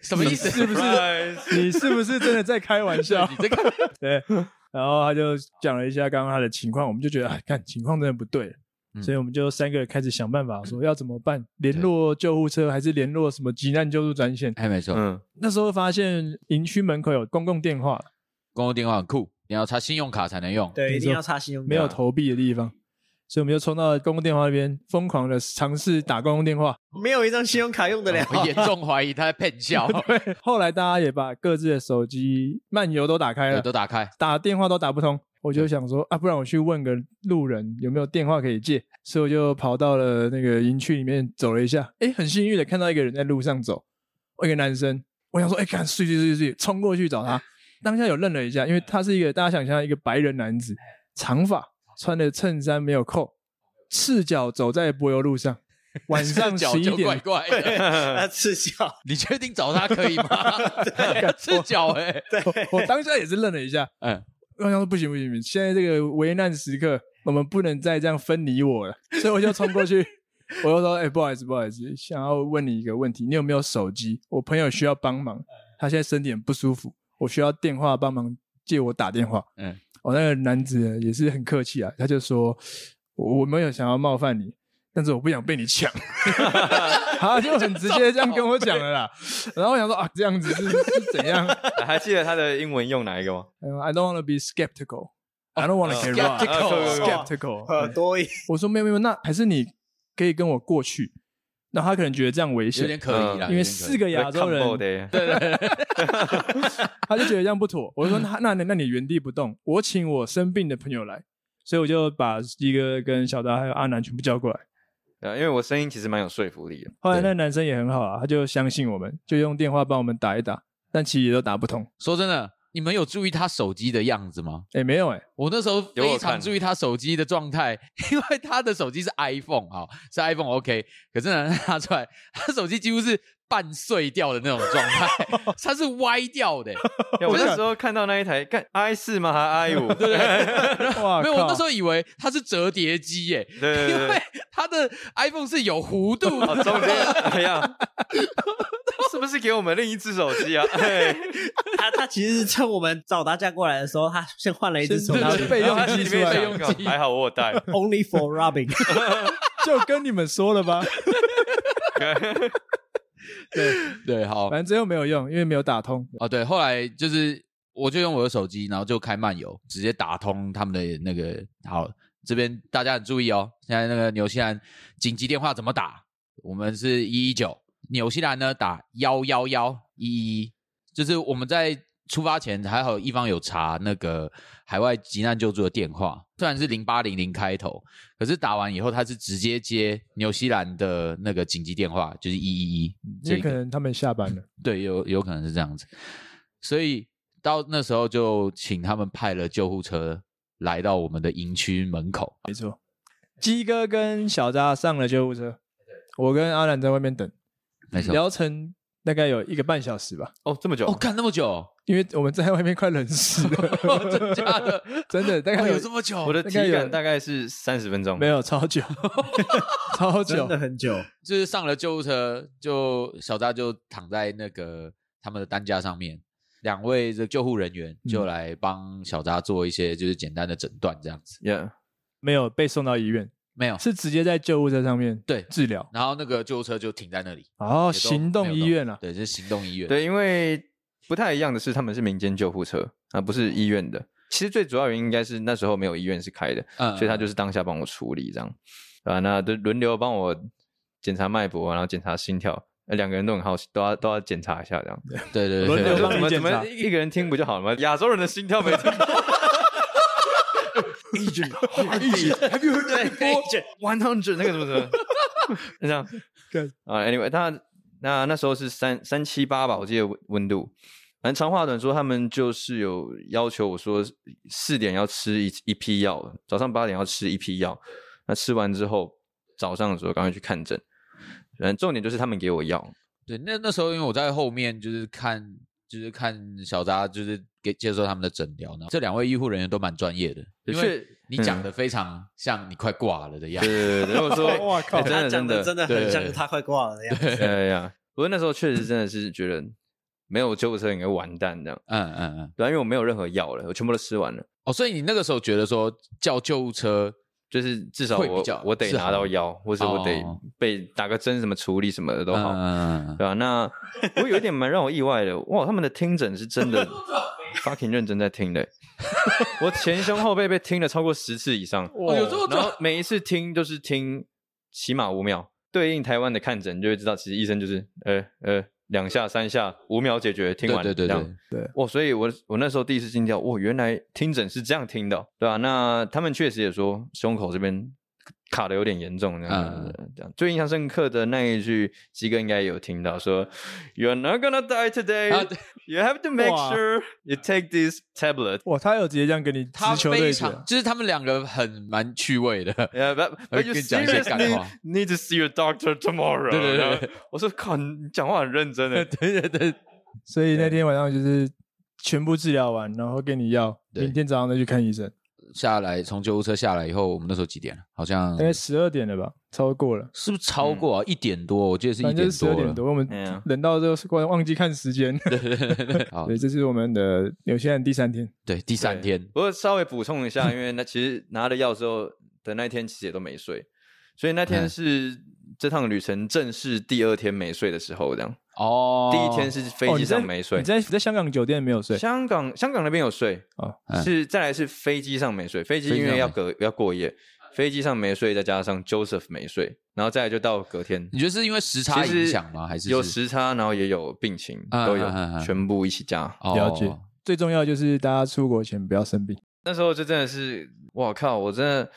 Speaker 2: 什么意思？
Speaker 1: 是不是？你是不是真的在开玩笑
Speaker 2: 你？这个
Speaker 1: 对，然后他就讲了一下刚刚他的情况，我们就觉得，哎，看情况真的不对，
Speaker 2: 嗯
Speaker 1: 所以我们就三个人开始想办法，说要怎么办？联络救护车还是联络什么急难救助专线？
Speaker 2: 哎，没错，
Speaker 3: 嗯，
Speaker 1: 那时候发现营区门口有公共电话，
Speaker 2: 公共电话很酷，你要插信用卡才能用。
Speaker 1: 没
Speaker 4: 对，
Speaker 1: 错
Speaker 4: 一定要插信用卡。
Speaker 1: 没有投币的地方，所以我们就冲到公共电话那边，疯狂的尝试打公共电话。
Speaker 4: 没有一张信用卡用得 了。
Speaker 2: 我严重怀疑他在骗笑，
Speaker 1: 对，后来大家也把各自的手机漫游都打开
Speaker 2: 对
Speaker 1: 了，
Speaker 2: 都打开，
Speaker 1: 打电话都打不通。我就想说啊，不然我去问个路人有没有电话可以借，所以我就跑到了那个营区里面走了一下，哎，很幸运的看到一个人在路上走，一个男生，我想说，哎，赶睡睡睡睡，冲过去找他，当下有愣了一下，因为他是一个大家想象一个白人男子，长发，穿的衬衫没有扣，赤脚走在柏油路上，晚 上
Speaker 2: 脚
Speaker 1: 十一
Speaker 2: 就怪
Speaker 1: 点，
Speaker 2: 怪的。
Speaker 4: 他赤脚，
Speaker 2: 你确定找他可以吗？
Speaker 1: 啊
Speaker 2: 赤脚哎、
Speaker 1: 我当下也是愣了一下，
Speaker 2: 嗯，
Speaker 1: 我想说不行不行不行，现在这个危难时刻，我们不能再这样分离我了，所以我就冲过 去，我就说：“哎、不好意思，不好意思，想要问你一个问题，你有没有手机？我朋友需要帮忙，
Speaker 2: 嗯
Speaker 1: 他现在身体很不舒服，我需要电话帮忙借我打电话。”
Speaker 2: 嗯，
Speaker 1: 我、那个男子也是很客气啊，他就说：“我我没有想要冒犯你。”但是我不想被你 抢，他就很直接这样跟我讲了啦。然后我想说啊，这样子是是怎样？
Speaker 3: 还记得他的英文用哪一个吗？
Speaker 1: 嗯 I don't want to be skeptical. I don't want to get
Speaker 2: Oh, skeptical.
Speaker 1: wrong.
Speaker 2: Skeptical.
Speaker 3: 啊够够够
Speaker 1: Skeptical.
Speaker 4: 呃，
Speaker 2: Oh.
Speaker 4: 多一
Speaker 1: 我说没有没有，那还是你可以跟我过去。那他可能觉得这样危
Speaker 2: 有
Speaker 1: 险
Speaker 2: 点，可疑啦，
Speaker 1: 因为
Speaker 2: 有点可疑
Speaker 1: 四个亚洲人，
Speaker 3: 人，
Speaker 1: 他就觉得这样不妥。我说那那那你原地不动，我请我生病的朋友来。所以我就把一个跟小达还有阿南全部叫过来。
Speaker 3: 对啊因为我声音其实蛮有说服力的。
Speaker 1: 后来那男生也很好啊，他就相信我们，就用电话帮我们打一打，但其实也都打不通。
Speaker 2: 说真的，你们有注意他手机的样子吗？
Speaker 1: 哎，没有 哎、
Speaker 2: 我那时候非
Speaker 3: 有我
Speaker 2: 常
Speaker 3: 看
Speaker 2: 注意他手机的状态，因为他的手机是 iPhone 啊、是 iPhone OK，可是呢他拿出来，他手机几乎是半碎掉的那种状态，它是歪掉 的、
Speaker 3: 因为我那时候看到那一台，看 i 四吗？还 i 五？ 对对
Speaker 1: 哇
Speaker 2: 没有，我那时
Speaker 1: 候
Speaker 2: 候以为它是折叠机耶、
Speaker 3: 啊对
Speaker 2: 因为
Speaker 3: 对，
Speaker 2: 它的 iPhone 是有弧度的
Speaker 3: 哦， 中间
Speaker 1: 啊
Speaker 3: 哎呀，是不是给我们另一只手机啊？ 哎
Speaker 4: 他 他其实是趁我们找大家过来的时候，他先换了一只手
Speaker 1: 先拿
Speaker 4: 机
Speaker 1: 备用机
Speaker 3: 里
Speaker 1: 出
Speaker 3: 面
Speaker 1: 来
Speaker 2: 备，用机
Speaker 3: 还好我有带。
Speaker 4: ，Only for robbing。
Speaker 1: 就跟你们说了 吧。
Speaker 2: 对，好，
Speaker 1: 反正最后没有用，因为没有打通。
Speaker 2: 哦，对，后来就是我就用我的手机，然后就开漫游，直接打通他们的那个。好，这边大家很注意哦，现在那个纽西兰紧急电话怎么打？我们是一一九，纽西兰呢打幺幺幺一一，就是我们在。出发前还好，一方有查那个海外急难救助的电话，虽然是零八零零开头，可是打完以后他是直接接纽西兰的那个紧急电话，就是一一一。
Speaker 1: 因为可能他们下班了。
Speaker 2: 对，有有可能是这样子。所以到那时候就请他们派了救护车来到我们的营区门口。
Speaker 1: 没错，鸡哥跟小扎上了救护车，我跟阿兰在外面等，
Speaker 2: 哎没错，
Speaker 1: 疗程大概有一个半小时吧，
Speaker 3: 哦，这么久
Speaker 2: 哦，，干那么久，
Speaker 1: 因为我们在外面快冷死了，
Speaker 2: 真假的？
Speaker 1: 真的大
Speaker 2: 哦
Speaker 1: 概有
Speaker 2: 有这么久？
Speaker 3: 我的
Speaker 1: 大
Speaker 3: 体
Speaker 1: 概有
Speaker 3: 感大概是三十分钟，
Speaker 1: 没有超 久，超
Speaker 4: 真
Speaker 1: 久
Speaker 4: 的，很久，
Speaker 2: 就是上了救护车，就小扎就躺在那个他们的担架上面，两位的救护人员
Speaker 1: 嗯
Speaker 2: 就来帮小扎做一些就是简单的诊断这样子。
Speaker 3: ，Yeah，
Speaker 1: 没有被送到医院，
Speaker 2: 没有，
Speaker 1: 是直接在救护车上面
Speaker 2: 哦对
Speaker 1: 治疗，
Speaker 2: 然后那个救护车就停在那里。
Speaker 1: 哦，
Speaker 2: 也都
Speaker 1: 行
Speaker 2: 没
Speaker 1: 动
Speaker 2: 有
Speaker 1: 医
Speaker 2: 动
Speaker 1: 院啊，
Speaker 2: 对，就是行动医院。，
Speaker 3: 对，因为不太一样的是，他们是民间救护车啊，不是医院的。其实最主要原因应该是那时候没有医院是开的，
Speaker 2: 嗯
Speaker 1: 啊
Speaker 3: 所以他就是当下帮我处理这样，啊，那就轮流帮我检查脉搏，然后检查心跳，呃两个人都很好奇，都要都要检查一下这样。
Speaker 2: 对对
Speaker 1: 轮
Speaker 2: 对
Speaker 1: 流
Speaker 2: 对
Speaker 1: 帮
Speaker 2: 对，
Speaker 1: 你检
Speaker 3: 怎么怎
Speaker 1: 查
Speaker 3: 么一个人听不就好了吗？亚洲人的心跳没听过，agent agent have you heard that before one hundred 那个什么什么，这样
Speaker 1: 干
Speaker 3: 啊，anyway，他那那时候是三三七八吧，我记得温温度。反正长话短说，他们就是有要求我说四点要吃一一批药，早上八点要吃一批药。那吃完之后，早上的时候赶快去看诊。反正重点就是他们给我药，
Speaker 2: 对，那那时候因为我在后面就是看，就是看小扎，就是给接受他们的诊疗呢。这两位医护人员都蛮专业的，因为
Speaker 3: 是
Speaker 2: 你讲的非常像你快挂了的样
Speaker 3: 嗯对
Speaker 2: 子。
Speaker 3: 对对，如果说
Speaker 1: 哇靠
Speaker 3: 哎真的
Speaker 4: 他讲
Speaker 3: 真
Speaker 4: 的
Speaker 3: 的
Speaker 4: 真
Speaker 3: 的，
Speaker 4: 的很像
Speaker 2: 对
Speaker 4: 他快挂了的样子。
Speaker 3: 哎呀，不过那时候确实真的是觉得没有救护车应该完蛋这样，
Speaker 2: 嗯嗯嗯。
Speaker 3: 对啊，因为我没有任何药了，我全部都吃完了，
Speaker 2: 哦，所以你那个时候觉得说叫救护车，
Speaker 3: 就是至少
Speaker 2: 会比
Speaker 3: 我
Speaker 2: 较
Speaker 3: 我得
Speaker 2: 是好
Speaker 3: 拿到药，或者我得
Speaker 2: 哦
Speaker 3: 被打个针什么处理什么的都好，
Speaker 2: 嗯嗯嗯
Speaker 3: 对吧、那我有一点蛮让我意外的，哇，他们的听诊是真的 fucking 认真在听的，欸 我前胸后背被听了超过十次以上，
Speaker 1: 哇
Speaker 2: 哦有这么
Speaker 3: 哦然后每一次听都是听起码五秒，对应台湾的看诊就会知道，其实医生就是呃呃两下三下五秒解决，听
Speaker 2: 对
Speaker 3: 完
Speaker 2: 对对
Speaker 3: 这样
Speaker 2: 对，
Speaker 3: 哇，哦所以我我那时候第一次惊掉，哇，原来听诊是这样听的哦，对吧、那他们确实也说胸口这边卡的有点严重，这样、
Speaker 2: 嗯
Speaker 3: 这样。最印象深刻的那一句，鸡哥应该也有听到说，You're not gonna die
Speaker 2: 啊
Speaker 3: today.
Speaker 2: 对
Speaker 3: You have to make
Speaker 1: 哇
Speaker 3: sure you take this tablet.
Speaker 1: 哇，他有直接这样跟你
Speaker 2: 他
Speaker 1: 直球
Speaker 2: 非
Speaker 1: 对决
Speaker 2: 常，就是他们两个很蛮趣味的，
Speaker 3: Yeah, but
Speaker 2: 我
Speaker 3: but
Speaker 2: 跟
Speaker 3: you
Speaker 2: 你讲一些干
Speaker 3: seriously
Speaker 2: 话
Speaker 3: need to see your doctor tomorrow.
Speaker 2: 对对对
Speaker 3: 然后我说靠，你讲话很认 真的。
Speaker 2: 对对对，
Speaker 1: 所以那天晚上就是全部治疗完，然后给你药，
Speaker 2: 对
Speaker 1: 明天早上再去看医生，
Speaker 2: 下来从救护车下来以后，我们那时候几点了？啊好像
Speaker 1: 大概十二点了吧，超过了，
Speaker 2: 是不是超过啊？
Speaker 3: 嗯
Speaker 2: 一点多，我记得是一
Speaker 1: 反正
Speaker 2: 点
Speaker 1: 就是十
Speaker 2: 多
Speaker 1: 二
Speaker 2: 了
Speaker 1: 点。多，我们
Speaker 3: 哎呀
Speaker 1: 等到这个时光忘记看时间。
Speaker 2: 对对对对对，好
Speaker 1: 对，，这是我们的纽西兰第三天，
Speaker 2: 对第三
Speaker 3: 对
Speaker 2: 天，
Speaker 3: 不过稍微补充 一下，因为那其实拿了药之后的那一天其实也都没睡，所以那天
Speaker 2: 嗯
Speaker 3: 是这趟旅程正式第二天没睡的时候，这样。
Speaker 2: 哦，
Speaker 3: 第一天是飞
Speaker 1: 哦
Speaker 3: 机
Speaker 1: 你在
Speaker 3: 上没睡
Speaker 1: 你，在在香港酒店没有睡
Speaker 3: 香港香港那边有睡
Speaker 1: 哦
Speaker 2: 嗯
Speaker 3: 是再来是飞机上没睡，飞机因为要隔要过夜，飞机上没睡，再加上 Joseph 没睡，然后再来就到隔天
Speaker 2: 你。觉得是因为时差
Speaker 3: 其实
Speaker 2: 影响吗？还是
Speaker 3: 有
Speaker 2: 是
Speaker 3: 时差，然后也有病情，
Speaker 2: 啊
Speaker 3: 都有
Speaker 2: 啊啊啊，
Speaker 3: 全部一起加。
Speaker 2: 哦
Speaker 1: 了解最重要就是大家出国前不要生病，
Speaker 3: 那时候就真的是，我靠，我真的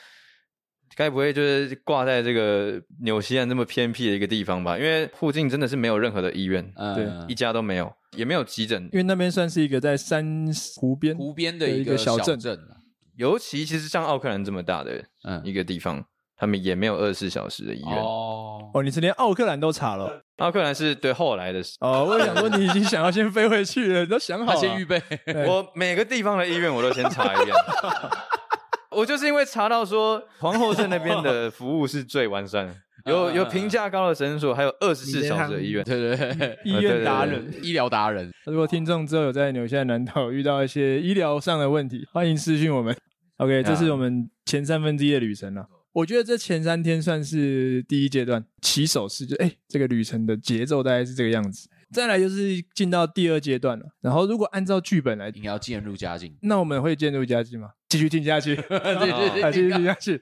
Speaker 3: 该不会就是挂在这个纽西兰这么偏僻的一个地方吧？因为附近真的是没有任何的医院，
Speaker 2: 嗯，
Speaker 3: 一家都没有，也没有急诊
Speaker 1: 因。为那边算是一个在山湖边，
Speaker 2: 湖边的
Speaker 1: 有
Speaker 2: 一
Speaker 1: 一个小
Speaker 2: 镇
Speaker 1: 镇
Speaker 2: 镇啊，
Speaker 3: 尤其其实像奥克兰这么大的一
Speaker 2: 嗯，
Speaker 3: 个地方，他们也没有二十四小时的医院。
Speaker 2: 哦，
Speaker 1: 哦，你是连奥克兰都查了
Speaker 3: 奥克兰是对后来的事。
Speaker 1: 哦，我想说你已经想要先飞回去了，你都想好
Speaker 2: 他
Speaker 1: 了，
Speaker 2: 先预备，
Speaker 1: 对
Speaker 3: 我每个地方的医院我都先查 一遍。我就是因为查到说皇后镇那边的服务是最完善的，
Speaker 1: 嗯
Speaker 3: 有有评价高的诊所，还有二十四小时的医院。
Speaker 2: 对对对，
Speaker 1: 医院达人。
Speaker 2: 医疗达人，
Speaker 1: 如果听众之后有在纽西兰南岛遇到一些医疗上的问题，欢迎私讯我们。OK，这是我们前三分之一的旅程了。啊我觉得这前三天算是第一阶段起手式，就哎、这个旅程的节奏大概是这个样子。再来就是进到第二阶段了。然后如果按照剧本来，
Speaker 2: 应该要渐入佳境。
Speaker 1: 那我们会渐入佳境吗？继续听下去，继
Speaker 2: 对
Speaker 3: 对
Speaker 1: 继续听下去。